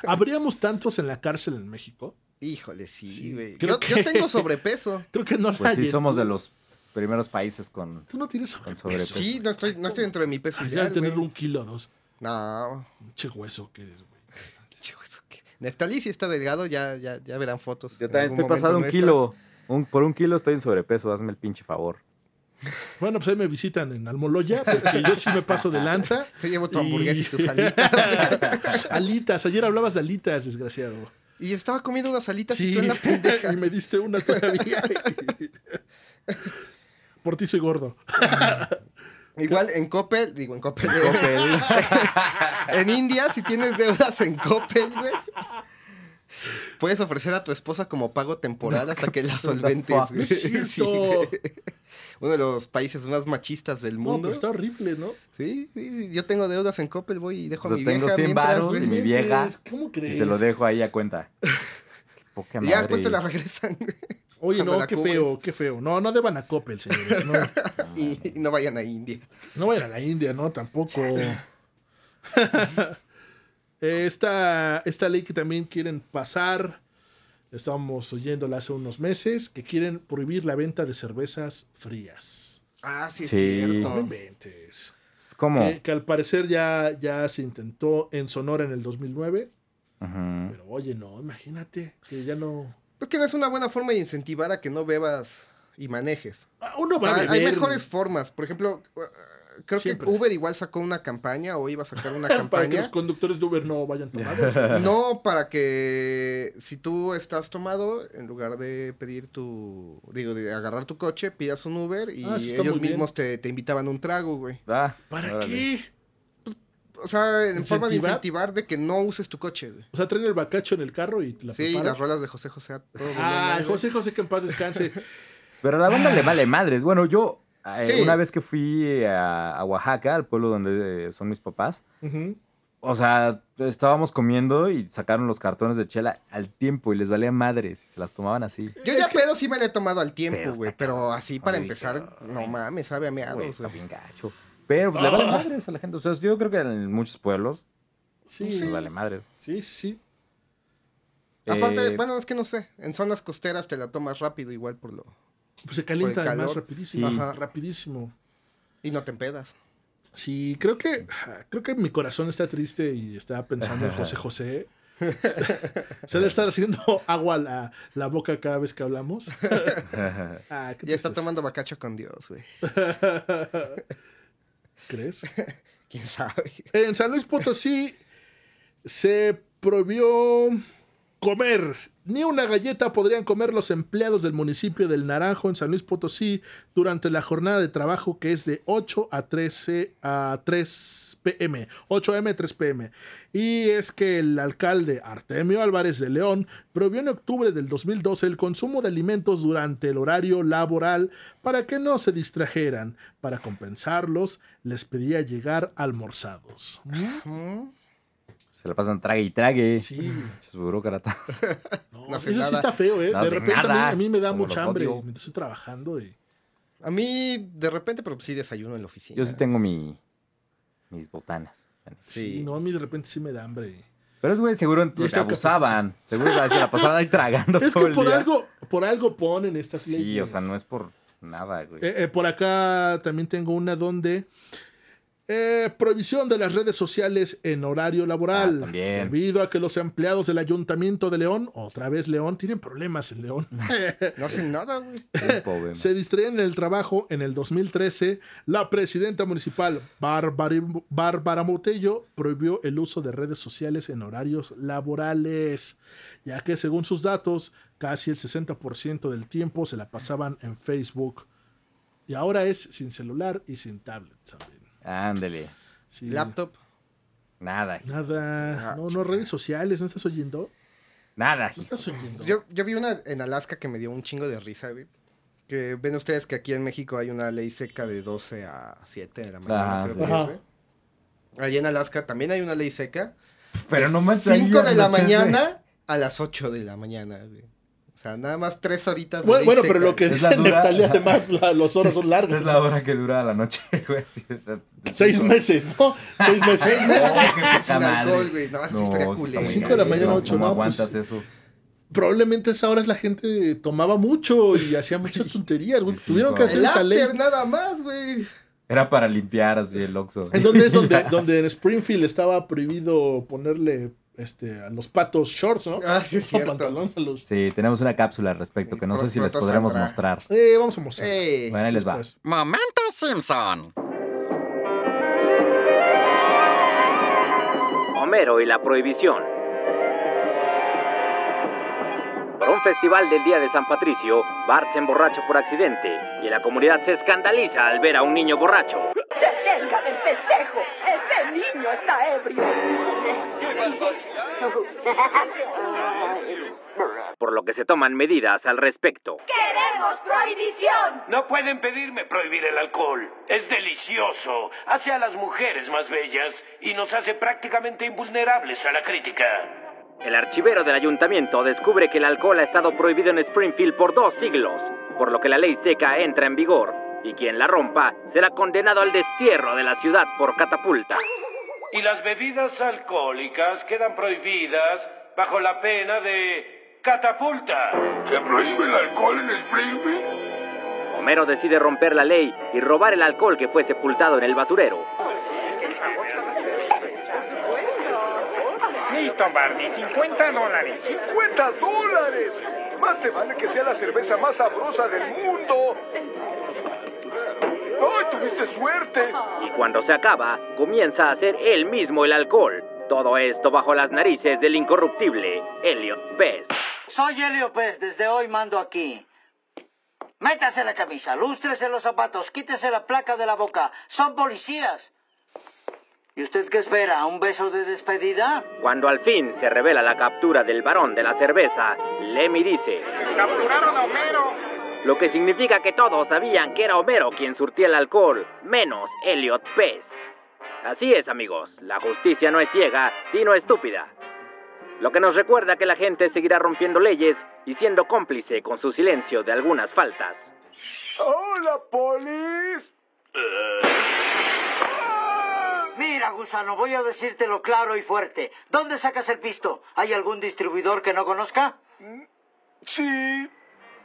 S3: ¿habríamos tantos en la cárcel en México?
S4: Híjole, sí,
S3: Sí,
S4: güey.
S3: creo
S4: yo, yo
S3: que-
S4: tengo sobrepeso.
S3: Creo que no la
S2: Pues sí,
S3: llen-
S2: somos de los primeros países con.
S3: Tú no tienes
S2: Con
S3: sobrepeso.
S2: sobrepeso.
S4: Sí, no estoy, no estoy dentro de mi peso
S3: Ay, ya
S4: ideal,
S3: de tener
S4: güey.
S3: un kilo, dos.
S4: No.
S3: Che hueso que eres, güey.
S4: Chico, eso qué- Neftalí si está delgado, ya, ya, ya verán fotos.
S2: Yo
S4: en
S2: también
S4: algún
S2: estoy
S4: momento
S2: pasado un
S4: nuestras.
S2: kilo. Un- por un kilo estoy en sobrepeso, hazme el pinche
S4: [laughs]
S2: favor.
S3: Bueno, pues ahí me visitan en Almoloya, porque yo sí me paso de lanza.
S4: Te llevo tu
S3: Y-
S4: hamburguesa y tus alitas.
S2: [laughs]
S3: Alitas, ayer hablabas de alitas, desgraciado.
S4: Y estaba comiendo unas alitas y
S3: Sí,
S4: tú en la
S3: [laughs]
S4: pendeja.
S3: y me diste una todavía. Por ti soy gordo.
S4: Igual en Coppel, digo en Coppel, eh,
S2: Coppel.
S4: en India, si tienes deudas en Coppel, güey, puedes ofrecer a tu esposa como pago temporal hasta
S2: [laughs]
S4: que la solventes, güey. Sí,
S3: No,
S4: güey. Uno de los países más machistas del
S3: no,
S4: mundo.
S3: pero está horrible, ¿no?
S4: Sí, sí, sí, yo tengo deudas en Coppel, voy y dejo
S2: O sea,
S4: a mi
S2: tengo
S4: vieja
S2: 100
S4: mientras,
S2: varos y
S4: güey.
S2: mi vieja,
S3: ¿Cómo crees?
S2: Y se lo dejo ahí a
S4: [laughs]
S2: cuenta. Qué Poca
S4: Y
S2: madre.
S4: ya después te la regresan, güey. [laughs]
S3: Oye,
S4: cuando
S3: no,
S4: la
S3: qué
S4: cubres.
S3: feo, qué feo. No, no deban a Coppel, señores. No,
S4: Y, y no vayan a India.
S3: No vayan a la India, ¿no?
S4: [laughs]
S3: Tampoco. Eh, esta, esta ley que también quieren pasar, estábamos oyéndola hace unos meses, que quieren prohibir la venta de cervezas frías.
S4: Ah, sí, es
S2: Sí.
S3: No me
S4: cierto.
S3: inventes.
S2: Es como.
S3: Que, que al parecer ya, ya se intentó en Sonora en el 2009,
S2: Ujú.
S3: pero oye, no, imagínate que ya no...
S4: Pues que no es una buena forma de incentivar a que no bebas y manejes.
S3: Ah, Uno
S4: O sea,
S3: va a
S4: hay
S3: beber.
S4: mejores formas. Por ejemplo, uh, creo
S3: Siempre.
S4: que Uber igual sacó una campaña o iba a sacar
S3: [laughs]
S4: una
S3: Para que los
S4: campaña.
S3: conductores de Uber no vayan tomados.
S4: No para que si tú estás tomado, en lugar de pedir tu, digo, de agarrar tu coche, pidas un Uber y
S3: Ah, eso está
S4: ellos
S3: muy bien.
S4: mismos te, te invitaban un trago, güey.
S2: Ah,
S3: ¿Para
S2: órale.
S3: qué?
S4: O sea, en forma de
S3: ¿Incentivar?
S4: incentivar de que no uses tu coche, güey.
S3: O sea, traen el bacacho en el carro y te la
S4: sí, y
S3: preparan.
S4: las rolas de José José a todo
S3: Ah,
S4: volumen, güey.
S3: José José, que en paz
S4: [laughs]
S3: descanse.
S2: Pero a la banda le vale madres. Bueno, yo eh,
S4: Sí.
S2: una vez que fui eh, a, a Oaxaca, al pueblo donde eh, son mis papás,
S3: Ujú.
S2: o sea, estábamos comiendo y sacaron los cartones de chela al tiempo y les valía madres. Se las tomaban así.
S4: Yo ya pedo sí me la he tomado al tiempo,
S2: Pero
S4: güey.
S2: está
S4: Pero así para
S2: Ay,
S4: empezar,
S2: cabrón.
S4: no mames, sabe a meados,
S2: Güey,
S4: güey. Ah.
S2: está bien gacho. Pero pues, le vale madres a la gente. O sea, yo creo que en muchos pueblos
S3: Sí,
S2: les vale madres.
S3: sí, sí.
S4: Aparte,
S2: Eh,
S4: bueno, es que no sé. En zonas costeras te la tomas rápido, igual por lo.
S3: Pues se calienta
S4: Por el
S3: además
S4: calor.
S3: rapidísimo.
S2: Sí.
S3: Ajá, rapidísimo.
S4: Y no te empedas.
S3: Sí, creo que creo que mi corazón está triste y está pensando en José José. Se le está haciendo agua la, la boca cada vez que
S4: [laughs]
S3: hablamos. Ah, qué
S4: Ya está
S3: tristeza.
S4: tomando bacacho con Dios, güey. [laughs]
S3: ¿Crees?
S4: ¿Quién sabe?
S3: En San Luis Potosí se prohibió comer. Ni una galleta podrían comer los empleados del municipio del Naranjo en San Luis Potosí durante la jornada de trabajo que es de 8 a 13 a 3 pm, 8 am 3 pm. Y es que el alcalde Artemio Álvarez de León prohibió en octubre del 2012 el consumo de alimentos durante el horario laboral para que no se distrajeran. Para compensarlos, les pedía llegar almorzados.
S4: Mm,
S2: Se la pasan trague y trague.
S3: Sí.
S2: Muchos burócratas.
S3: No,
S4: No hace
S3: eso sí
S4: nada.
S3: está feo, ¿eh?
S2: No
S3: de
S2: hace
S3: repente a mí,
S2: nada.
S3: a mí me da
S2: Como
S3: mucha
S2: los
S3: hambre.
S2: odio.
S3: mientras Estoy trabajando y.
S4: A mí, de repente, pero sí desayuno en la oficina.
S2: Yo sí tengo mi, mis botanas.
S4: Sí.
S3: y no, a mí de repente sí me da hambre.
S2: Pero es güey, seguro en-
S3: Y está
S2: abusaban. Seguro la- se la pasaban ahí tragando
S3: [laughs]
S2: [laughs]
S3: Es
S2: todo
S3: que
S2: el
S3: por
S2: día.
S3: algo, por algo ponen estas leyes.
S2: Sí, o sea, no es por nada, güey.
S3: Eh, eh, por acá también tengo una donde. eh, prohibición de las redes sociales en horario laboral.
S2: Ah, también.
S3: Debido a que los empleados del Ayuntamiento de León, otra vez León, tienen problemas en León.
S4: No hacen nada, güey.
S2: Un
S3: [laughs]
S2: pobre,
S3: Se distraen en el trabajo en el 2013. La presidenta municipal, Bárbara Bárbara Motello, prohibió el uso de redes sociales en horarios laborales, ya que según sus datos, casi el 60% del tiempo se la pasaban en Facebook. Y ahora es sin celular y sin tablet también.
S2: Ándele.
S3: Sí.
S4: Laptop.
S2: Nada,
S3: Nada.
S4: Ah,
S3: No, no redes sociales, ¿no estás oyendo?
S2: nada.
S3: ¿No estás oyendo?
S4: Yo, yo vi una en Alaska que me dio un chingo de risa, güey. Que ven ustedes que aquí en México hay una ley seca de 12 a 7 de la mañana,
S2: Ah,
S4: creo
S2: sí.
S4: que es,
S3: Ajá.
S4: güey. Allí en Alaska también hay una ley seca.
S2: Pero
S4: de
S2: no manches.
S4: 5 de la
S2: anochece.
S4: mañana a las 8 de la mañana, güey. O sea, nada más 3 horitas de
S3: Bueno,
S4: ley
S3: bueno,
S4: seca,
S3: pero lo que
S2: Es la
S3: dice
S2: dura-
S3: Neftalí, además, la- los horas son largas.
S2: Es la hora que dura la noche, [laughs] güey. así de- de- de-
S3: Seis meses, ¿no? Seis meses.
S4: Seis meses
S2: Ay, qué
S4: sin
S2: puta madre.
S4: alcohol, güey. No, eso sí estaría
S2: sí está
S4: culero.
S2: muy
S3: Cinco de la
S2: cañón,
S3: mañana,
S2: ¿no?
S3: ocho,
S2: ¿Cómo
S3: no, pues-
S2: aguantas eso?
S3: probablemente a esa hora la gente tomaba mucho y hacía muchas tonterías,
S2: [laughs]
S3: güey.
S2: Sí,
S3: Tuvieron que
S2: no.
S3: hacer
S4: El
S3: esa ley.
S4: after nada más, güey.
S2: Era para limpiar así el oxo. [laughs]
S3: Entonces, donde, donde en Springfield estaba prohibido ponerle este, a los patos shorts, ¿no?
S4: Ah,
S3: [laughs]
S4: sí, es
S3: O
S4: cierto.
S3: pantalón a los-
S2: Sí, tenemos una cápsula al respecto que no
S4: Pr-
S2: sé si les
S4: pronto
S2: podremos
S4: saldrá.
S2: mostrar.
S3: Eh, vamos a mostrar.
S4: Ey.
S2: Bueno, ahí les va.
S3: Pues,
S5: Momento Simpson.
S6: Homero y la prohibición. Por un festival del Día de San Patricio, Bart se emborracha por accidente y la comunidad se escandaliza al ver a un niño borracho.
S7: ¡Detengan el festejo! ¡Ese niño está ebrio!
S6: Por lo que se toman medidas al respecto.
S7: ¡Queremos prohibición!
S8: No pueden pedirme prohibir el alcohol. Es delicioso. Hace a las mujeres más bellas y nos hace prácticamente invulnerables a la crítica.
S6: El archivero del ayuntamiento descubre que el alcohol ha estado prohibido en Springfield por dos siglos, por lo que la ley seca entra en vigor y quien la rompa será condenado al destierro de la ciudad por catapulta.
S8: Y las bebidas alcohólicas quedan prohibidas bajo la pena de catapulta.
S9: ¿Se prohíbe el alcohol en Springfield?
S6: Homero decide romper la ley y robar el alcohol que fue sepultado en el basurero,
S8: Listo, Barney, 50 dólares.
S9: ¡50 dólares! Más te vale que sea la cerveza más sabrosa del mundo. ¡Ay, tuviste suerte!
S6: Y cuando se acaba, comienza a ser él mismo el alcohol. Todo esto bajo las narices del incorruptible Elliot Pez.
S10: Soy Helio Pez, desde hoy mando aquí. Métase la camisa, lústrese los zapatos, quítese la placa de la boca. Son policías. ¿Y usted qué espera? ¿Un beso de despedida?
S6: Cuando al fin se revela la captura del varón de la cerveza, Lemmy dice...
S8: Capturaron a Homero.
S6: Lo que significa que todos sabían que era Homero quien surtía el alcohol, menos Elliot Pez. Así es, amigos, la justicia no es ciega, sino estúpida. Lo que nos recuerda que la gente seguirá rompiendo leyes y siendo cómplice con su silencio de algunas faltas.
S9: ¡Hola, polis!
S10: Mira, gusano, voy a decírtelo claro y fuerte. ¿Dónde sacas el pisto? ¿Hay algún distribuidor que no conozca?
S9: Mm, Sí.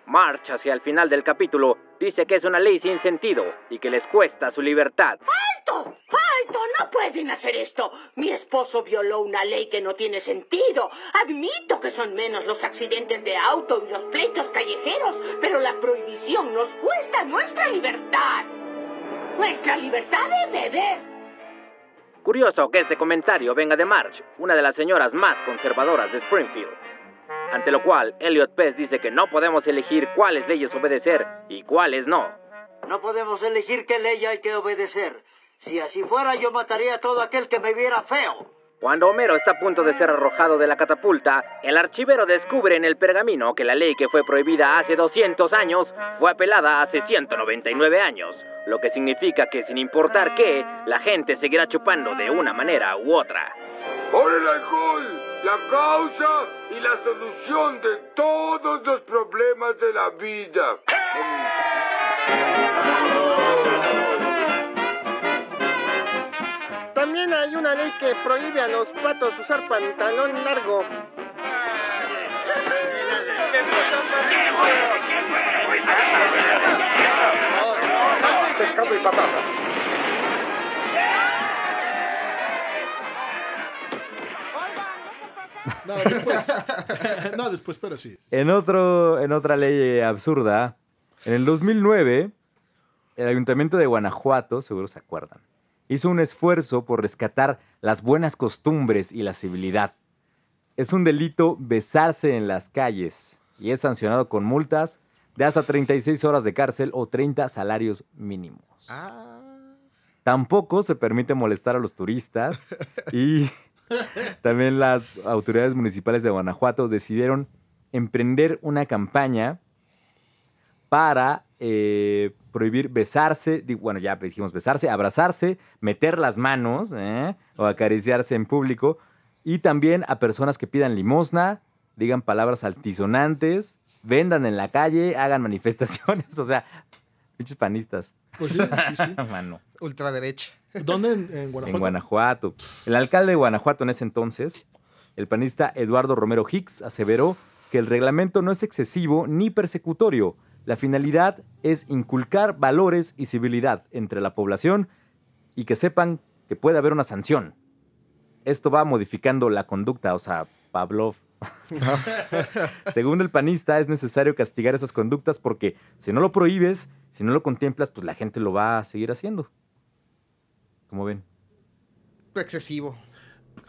S6: March hacia el final del capítulo dice que es una ley sin sentido y que les cuesta su libertad.
S7: ¡Alto! ¡Hay momento, no pueden hacer esto. Mi esposo violó una ley que no tiene sentido. Admito que son menos los accidentes de auto y los pleitos callejeros, pero la prohibición nos cuesta nuestra libertad. Nuestra libertad de beber.
S6: Curioso que este comentario venga de March, una de las señoras más conservadoras de Springfield. Ante lo cual, Elliot Pez dice que no podemos elegir cuáles leyes obedecer y cuáles no.
S10: No podemos elegir qué ley hay que obedecer. Si así fuera, yo mataría a todo aquel que me viera feo.
S6: Cuando Homero está a punto de ser arrojado de la catapulta, el archivero descubre en el pergamino que la ley que fue prohibida hace 200 años fue apelada hace 199 años, lo que significa que sin importar qué, la gente seguirá chupando de una manera u otra.
S11: Por el alcohol, la causa y la solución de todos los problemas de la vida.
S12: También hay una ley que prohíbe a los patos usar pantalón largo.
S9: Pescado y patatas.
S3: No, después. [laughs] no, después, pero sí.
S2: En, otro, en otra ley eh, absurda, en el 2009, el Ayuntamiento de Guanajuato, seguro se acuerdan, hizo un esfuerzo por rescatar las buenas costumbres y la civilidad. Es un delito besarse en las calles y es sancionado con multas de hasta 36 horas de cárcel o 30 salarios mínimos.
S4: Ah,
S2: Tampoco se permite molestar a los turistas y también las autoridades municipales de Guanajuato decidieron emprender una campaña para eh, prohibir besarse, di- bueno, ya dijimos besarse, abrazarse, meter las manos ¿eh? o acariciarse en público y también a personas que pidan limosna, digan palabras altisonantes, vendan en la calle, hagan [laughs] manifestaciones, o sea, pinches panistas.
S3: Pues sí, sí, sí.
S2: Mano.
S4: Ultraderecha.
S3: ¿Dónde? En, en Guanajuato.
S2: En Guanajuato. El alcalde de Guanajuato en ese entonces, el panista Eduardo Romero Hicks, aseveró que el reglamento no es excesivo ni persecutorio. La finalidad es inculcar valores y civilidad entre la población y que sepan que puede haber una sanción. Esto va modificando la conducta, o sea, Pavlov. [laughs] Según el panista, es necesario castigar esas conductas porque si no lo prohíbes, si no lo contemplas, pues la gente lo va a seguir haciendo. ¿Cómo ven?
S4: Excesivo.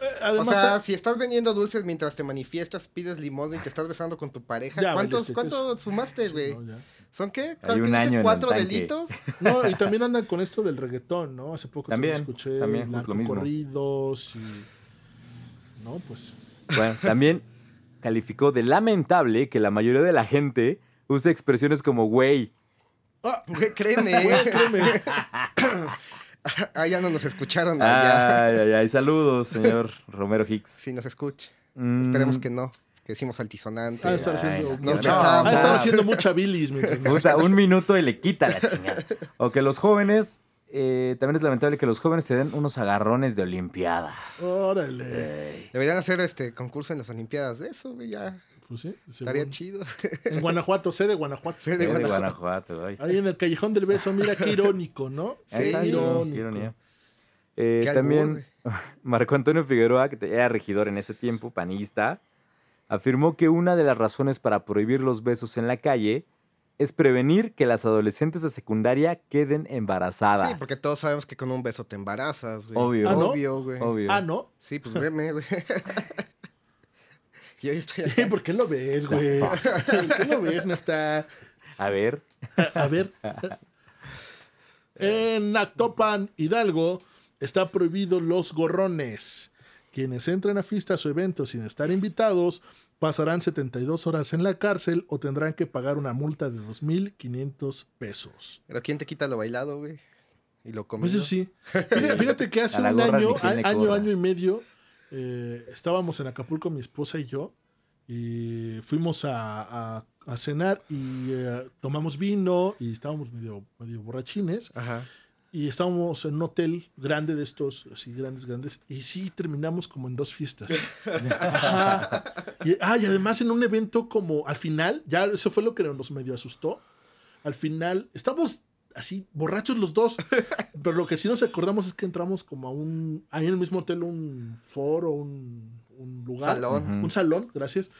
S3: Eh, además,
S4: o sea, si estás vendiendo dulces mientras te manifiestas, pides limosna y te estás besando con tu pareja,
S3: Ya,
S4: ¿cuántos,
S3: valiste,
S4: cuántos
S3: eso-
S4: sumaste, güey?
S3: eh, no, ya.
S4: ¿Son qué?
S2: Hay un
S4: ¿Cuántos
S2: año en el
S4: ¿Cuatro
S2: tanque. [laughs]
S4: delitos?
S3: No, y también andan con esto del reggaetón, ¿no? Hace poco también,
S2: También,
S3: escuché
S2: también, justo lo mismo.
S3: corridos y. No, pues.
S2: Bueno, también calificó de lamentable que la mayoría de la gente use expresiones como güey.
S3: Ah,
S4: Güey, créeme.
S3: [laughs] güey, créeme.
S4: [laughs] ah, ya no nos escucharon. allá.
S2: Ay, ay, ay. Saludos, señor Romero Hicks.
S4: Si nos escucha.
S2: Mm,
S4: Esperemos que no. Que decimos altisonante.
S3: Ha de estar
S2: ay,
S3: haciendo.
S2: no,
S4: Nos
S3: mucha- ha de
S4: besamos.
S3: estar haciendo
S4: [laughs]
S3: mucha bilis mientras nos-
S2: puta, un minuto y le quita la chingada. O que los jóvenes. eh, también es lamentable que los jóvenes se den unos agarrones de Olimpiada. Eh,
S3: Órale.
S4: Deberían hacer este concurso en las Olimpiadas de eso, güey. Ya
S3: Pues sí.
S4: estaría
S3: según-
S4: chido.
S3: En Guanajuato, sé de Guanajuato.
S4: Sé
S2: Eh, De
S4: de Guanajuato.
S2: Guanajuato, ay.
S3: Ahí en el Callejón del Beso, mira qué irónico, ¿no?
S4: Ah, Sí,
S2: Exacto,
S3: Qué irónico.
S2: qué ironía. Eh,
S4: Qué albur,
S2: también
S4: güey.
S2: Marco Antonio Figueroa, que era regidor en ese tiempo, panista, afirmó que una de las razones para prohibir los besos en la calle es prevenir que las adolescentes de secundaria queden embarazadas.
S4: Sí, porque todos sabemos que con un beso te embarazas, güey.
S2: Obvio.
S3: Ah, ¿no?
S4: Obvio, güey.
S2: Obvio.
S3: Ah, ¿no? [laughs]
S4: Sí, pues veme, güey. [laughs]
S3: [laughs]
S4: Yo ya estoy
S3: Sí, ¿Por qué lo ves,
S4: [laughs]
S3: güey? ¿Por qué lo ves, Nafta?
S2: A ver,
S3: A ver. En Actopan, Hidalgo, está prohibido los gorrones. Quienes entren a fiestas o eventos sin estar invitados pasarán 72 horas en la cárcel o tendrán que pagar una multa de 2.500 pesos.
S4: Pero ¿quién te quita lo bailado, güey? Y lo comes.
S3: Pues eso sí. Fíjate- Fíjate que hace
S2: A la
S3: un
S2: gorra
S3: año,
S2: ni tiene
S3: a- año,
S2: gorra.
S3: año y medio, eh, estábamos en Acapulco, mi esposa y yo, y fuimos a, a- a cenar y eh, tomamos vino y estábamos medio, medio borrachines
S4: Ajá.
S3: y estábamos en un hotel grande de estos, así grandes, grandes, y sí terminamos como en dos fiestas. Ajá. Y, ah, y además en un evento como al final, ya eso fue lo que nos medio asustó. Al final, estamos así borrachos los dos. Pero lo que sí nos acordamos es que entramos como a un, ahí en el mismo hotel, un foro, un, un lugar.
S4: Salón.
S3: Un
S4: Ujú.
S3: salón, gracias.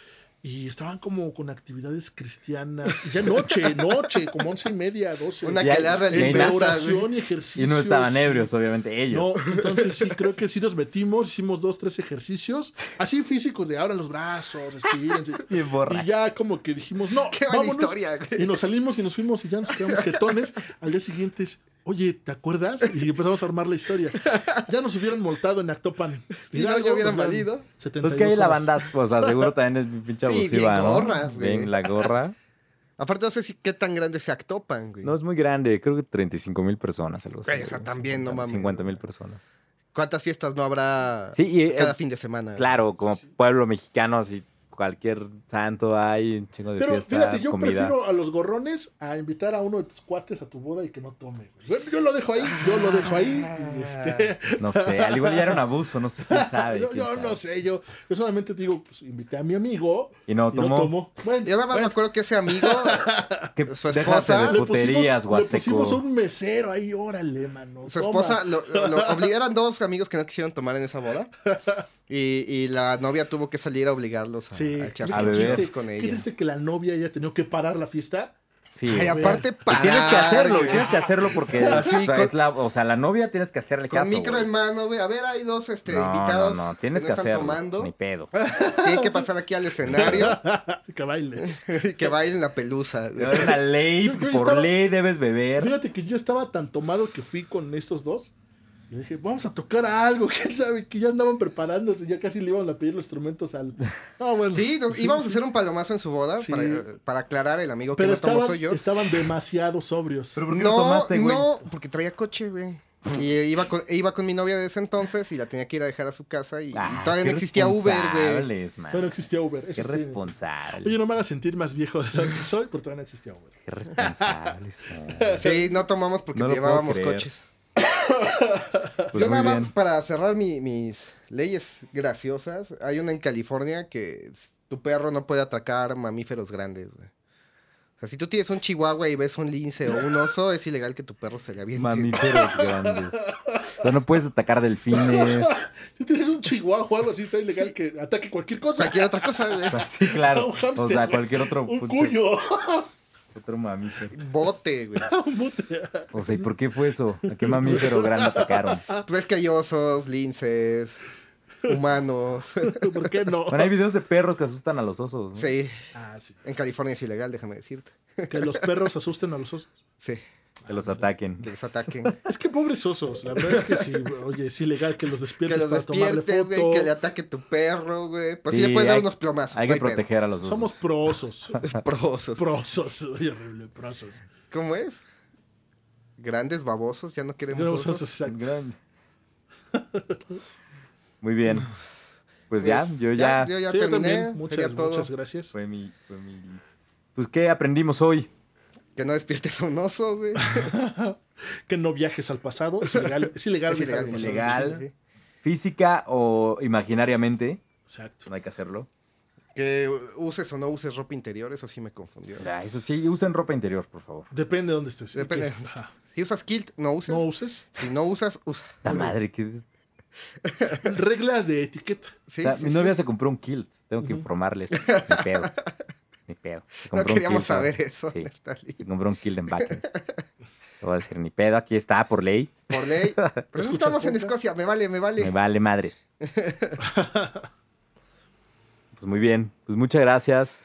S3: Y estaban como con actividades cristianas. Y ya noche, noche, como once y media, doce.
S4: Una
S2: Ya-
S4: quelarre
S2: ya hay
S3: Entre
S2: nada,
S3: oración
S2: güey.
S3: y ejercicio.
S2: Y no estaban ebrios, obviamente, ellos.
S3: No, entonces sí, creo que sí nos metimos, hicimos dos, tres ejercicios, así físicos, de abran los brazos, estirírense.
S2: [laughs] Y
S3: Y ya como que dijimos, no,
S4: Qué buena
S3: vámonos.
S4: historia, güey.
S3: Y nos salimos y nos fuimos y ya nos quedamos jetones. Al día siguiente es, oye, ¿te acuerdas? Y empezamos a armar la historia. Ya nos hubieran multado en Actopan.
S4: Sí, no, ya hubieran valido.
S2: Pues que ahí la banda, o sea, seguro también es bien pinche
S4: Sí, bien
S2: abusiva, ¿no?
S4: gorras, güey.
S2: Bien, la gorra.
S4: Aparte, no sé si qué tan grande se actopan, güey.
S2: No, es muy grande. Creo que 35 mil personas, algo así.
S4: Güey, o sea, también, no mames.
S2: 50 mil personas.
S4: ¿Cuántas fiestas no habrá
S2: Sí, y, eh,
S4: cada fin de semana? güey?
S2: Claro, como pueblo mexicano, si cualquier santo hay, un chingo de
S3: Pero
S2: fiesta,
S3: fíjate, yo
S2: comida.
S3: prefiero a los gorrones a invitar a uno de tus cuates a tu boda y que no tome. güey. Yo, yo lo dejo ahí, yo lo dejo ahí. y este-
S2: No sé, al igual ya era un abuso, no sé quién Ah, sabe.
S3: [laughs] yo
S2: quién
S3: yo
S2: sabe.
S3: no sé, yo, yo solamente te digo, pues invité a mi amigo.
S2: Y no
S3: Y no
S2: tomó.
S3: tomó. Bueno,
S4: Yo nada más me acuerdo que
S2: [laughs]
S4: ese amigo,
S2: ¿Qué-
S4: su
S2: déjate
S4: esposa,
S2: de
S3: le pusimos,
S2: puterías,
S3: le
S2: huasteco.
S3: pusimos un mesero ahí, órale, mano.
S4: su
S3: toma.
S4: esposa, lo, lo obli- eran dos amigos que no quisieron tomar en esa boda. Y, y la novia tuvo que salir a obligarlos a,
S3: Sí,
S4: a echarse
S3: qué
S2: a
S4: unos
S2: beber.
S4: shots
S3: triste,
S4: con
S3: qué
S4: ella.
S3: triste que la novia haya tenido que parar la fiesta.
S2: Sí.
S4: Ay,
S2: güey.
S4: aparte,
S2: Y
S4: parar,
S2: tienes que hacerlo,
S4: güey.
S2: tienes que hacerlo porque
S4: [laughs] Así,
S2: o sea,
S4: con-
S2: es la, o sea, la novia tienes que hacerle
S4: Con
S2: caso.
S4: micro
S2: güey.
S4: en mano, güey. A ver, hay dos este,
S2: no,
S4: invitados
S2: no, no, tienes
S4: que
S2: que
S4: no están
S2: hacerlo.
S4: tomando.
S2: Ni
S4: [laughs]
S2: pedo.
S4: Tienen que pasar aquí al escenario
S3: [laughs] que baile.
S4: [laughs] y que bailen la pelusa. güey.
S2: Pero era una ley,
S3: Yo- yo
S2: por
S3: estaba-
S2: ley debes beber.
S3: Fíjate que yo estaba tan tomado que fui con estos dos. Y le dije, vamos a tocar algo, [laughs] quién sabe, que ya andaban preparándose, ya casi le iban a pedir los instrumentos al. No,
S2: [laughs]
S3: bueno.
S4: Sí, nos- íbamos a hacer un palomazo en su boda
S3: Sí.
S4: para, eh, para aclarar el amigo que
S3: Pero
S4: no tomó
S3: estaban,
S4: soy yo.
S3: estaban demasiado sobrios.
S2: Pero este, ¿por qué no, tomaste, güey?
S4: no, porque traía coche, güey. Y iba con, iba con mi novia de ese entonces y la tenía que ir a dejar a su casa y, y
S2: Ah,
S4: todavía no
S2: qué
S4: existía Uber, güey.
S2: responsables, man.
S3: Pero no existía Uber.
S2: Qué
S3: eso sí.
S2: responsable.
S3: Oye, no me hagas sentir más viejo de lo que soy, pero todavía no existía Uber.
S2: Qué Pues responsables. man.
S4: Sí, no tomamos porque
S2: No lo puedo
S4: llevábamos
S2: creer.
S4: coches.
S2: Pues
S4: yo
S2: muy
S4: nada más
S2: bien.
S4: para cerrar mi- mis leyes graciosas, hay una en California que s- tu perro no puede atracar mamíferos grandes, güey. O sea, si tú tienes un chihuahua y ves un lince o un oso, es ilegal que tu perro se le aviente.
S2: Mamíferos grandes. O sea, no puedes atacar delfines.
S3: Si tienes un chihuahua o algo así, está ilegal que ataque cualquier cosa.
S4: Cualquier otra cosa, güey.
S2: [laughs] Sí, claro.
S3: Un hámster,
S2: O sea,
S3: güey.
S2: cualquier otro
S3: Un
S2: pinche-
S3: cuyo. [laughs]
S2: Otro mamífero.
S4: Bote, güey.
S3: Un bote.
S2: O sea, ¿y por qué fue eso? ¿A qué mamífero grande atacaron?
S4: Pues es que hay osos, linces, humanos.
S2: [laughs]
S3: ¿Por qué no?
S2: Bueno, hay videos de perros que asustan a los osos. ¿no?
S4: Sí,
S3: Ah, sí.
S4: en California es ilegal, déjame decirte.
S3: Que los perros asusten a los osos.
S4: Sí,
S2: Que los ataquen.
S4: que los
S2: [laughs]
S4: ataquen.
S3: Es que pobres osos, la verdad es que sí, oye, es ilegal que los
S4: que
S3: despiertes
S4: los
S3: para tomarle
S4: despiertes,
S3: foto.
S4: güey, que le ataque tu perro, güey. Pues sí,
S2: Sí,
S4: le puedes dar
S2: hay-
S4: unos plomazos.
S2: Hay
S4: no
S2: que
S4: pedo.
S2: proteger a los osos.
S3: Somos pro
S4: [laughs]
S3: osos.
S4: Pro osos.
S3: Pro osos, oye, horrible, pro osos.
S4: ¿Cómo es? Grandes babosos, ya no queremos
S3: Tenemos
S4: osos.
S3: osos, exacto.
S2: Grande. Muy bien. Pues ya, yo ya,
S4: Yo ya
S3: Sí, yo
S4: terminé.
S3: también,
S4: sería
S3: muchas,
S4: todo.
S3: muchas gracias.
S2: fue mi, fue mi lista. Pues, ¿qué aprendimos hoy?
S4: Que no despiertes a un
S2: [laughs]
S4: oso, güey.
S3: Que no viajes al pasado, es ilegal. Es ilegal,
S4: Es
S3: viajar
S4: ilegal.
S3: al pasado.
S2: ilegal. Física o imaginariamente.
S3: Exacto.
S2: No hay que hacerlo.
S4: Que uses o no uses ropa interior, eso sí me confundió.
S2: Ah, Eso sí, usen ropa interior, por favor.
S3: Depende de dónde estés.
S4: Depende.
S3: Ajá.
S4: Si usas kilt, no uses.
S3: No uses.
S4: Si no usas, usa.
S2: La madre, que.
S3: Reglas de etiqueta.
S4: Sí,
S2: o sea,
S4: sí,
S2: mi
S4: sí.
S2: novia se compró un kilt. Tengo que
S4: [laughs]
S2: informarles. Ni pedo. Ni pedo. Se
S4: No
S2: compró un
S4: queríamos
S2: kilt, ¿sabes?
S4: saber eso,
S2: Sí.
S4: Neftali.
S2: Se compró un kilt en Bakken. Te voy a decir, ni pedo, aquí está, por ley.
S4: Por
S2: [laughs]
S4: ley. Pero no estamos en Escocia, me vale, me vale.
S2: Me vale
S4: [laughs]
S2: madres. pues muy bien. Pues muchas gracias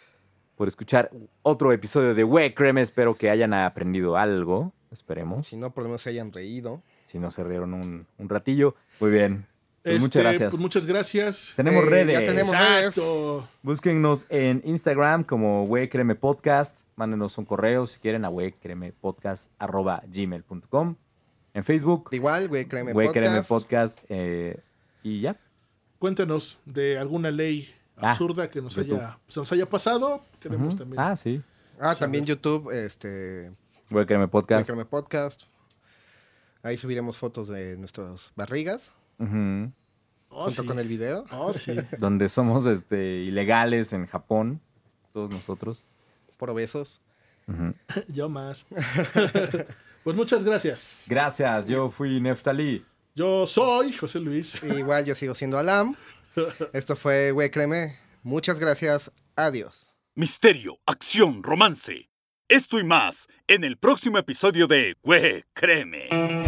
S2: por escuchar otro episodio de We Creme. Espero que hayan aprendido algo. Esperemos.
S4: Si no, por lo menos se hayan reído.
S2: Si no se rieron un, un ratillo. Muy bien. Pues
S3: Este,
S2: muchas gracias.
S3: pues muchas gracias.
S2: Tenemos
S4: Eh, ya
S2: redes.
S4: tenemos-
S3: Exacto.
S2: Búsquennos en Instagram como We Creme Podcast. Mándenos un correo si quieren a wecremepodcast.gmail.com. En Facebook,
S4: Igual, güey, créeme.
S2: We Creme
S4: podcast.
S2: Podcast. eh, y ya.
S3: Cuéntanos de alguna ley
S2: Ah,
S3: absurda que nos
S2: YouTube.
S3: haya, se nos haya pasado. Queremos
S2: Ujú.
S3: también.
S2: Ah, sí.
S4: Ah,
S3: Sí,
S4: también YouTube, este.
S2: We Creme
S4: Güey,
S2: Podcast.
S4: créeme podcast. Ahí subiremos fotos de nuestras barrigas
S2: Ujú.
S3: Oh,
S4: junto
S3: sí.
S4: con el video.
S3: Oh, [laughs] sí.
S2: donde somos este, ilegales en Japón, todos nosotros.
S4: Por obesos.
S2: Ujú.
S3: Yo más. [laughs] Pues muchas gracias.
S2: Gracias, yo fui Neftalí.
S3: Yo soy José Luis.
S4: Igual yo sigo
S3: [laughs]
S4: siendo Alam. Esto fue, güey, créeme. Muchas gracias. Adiós.
S13: Misterio, acción, romance. Esto y más en el próximo episodio de Güey, créeme.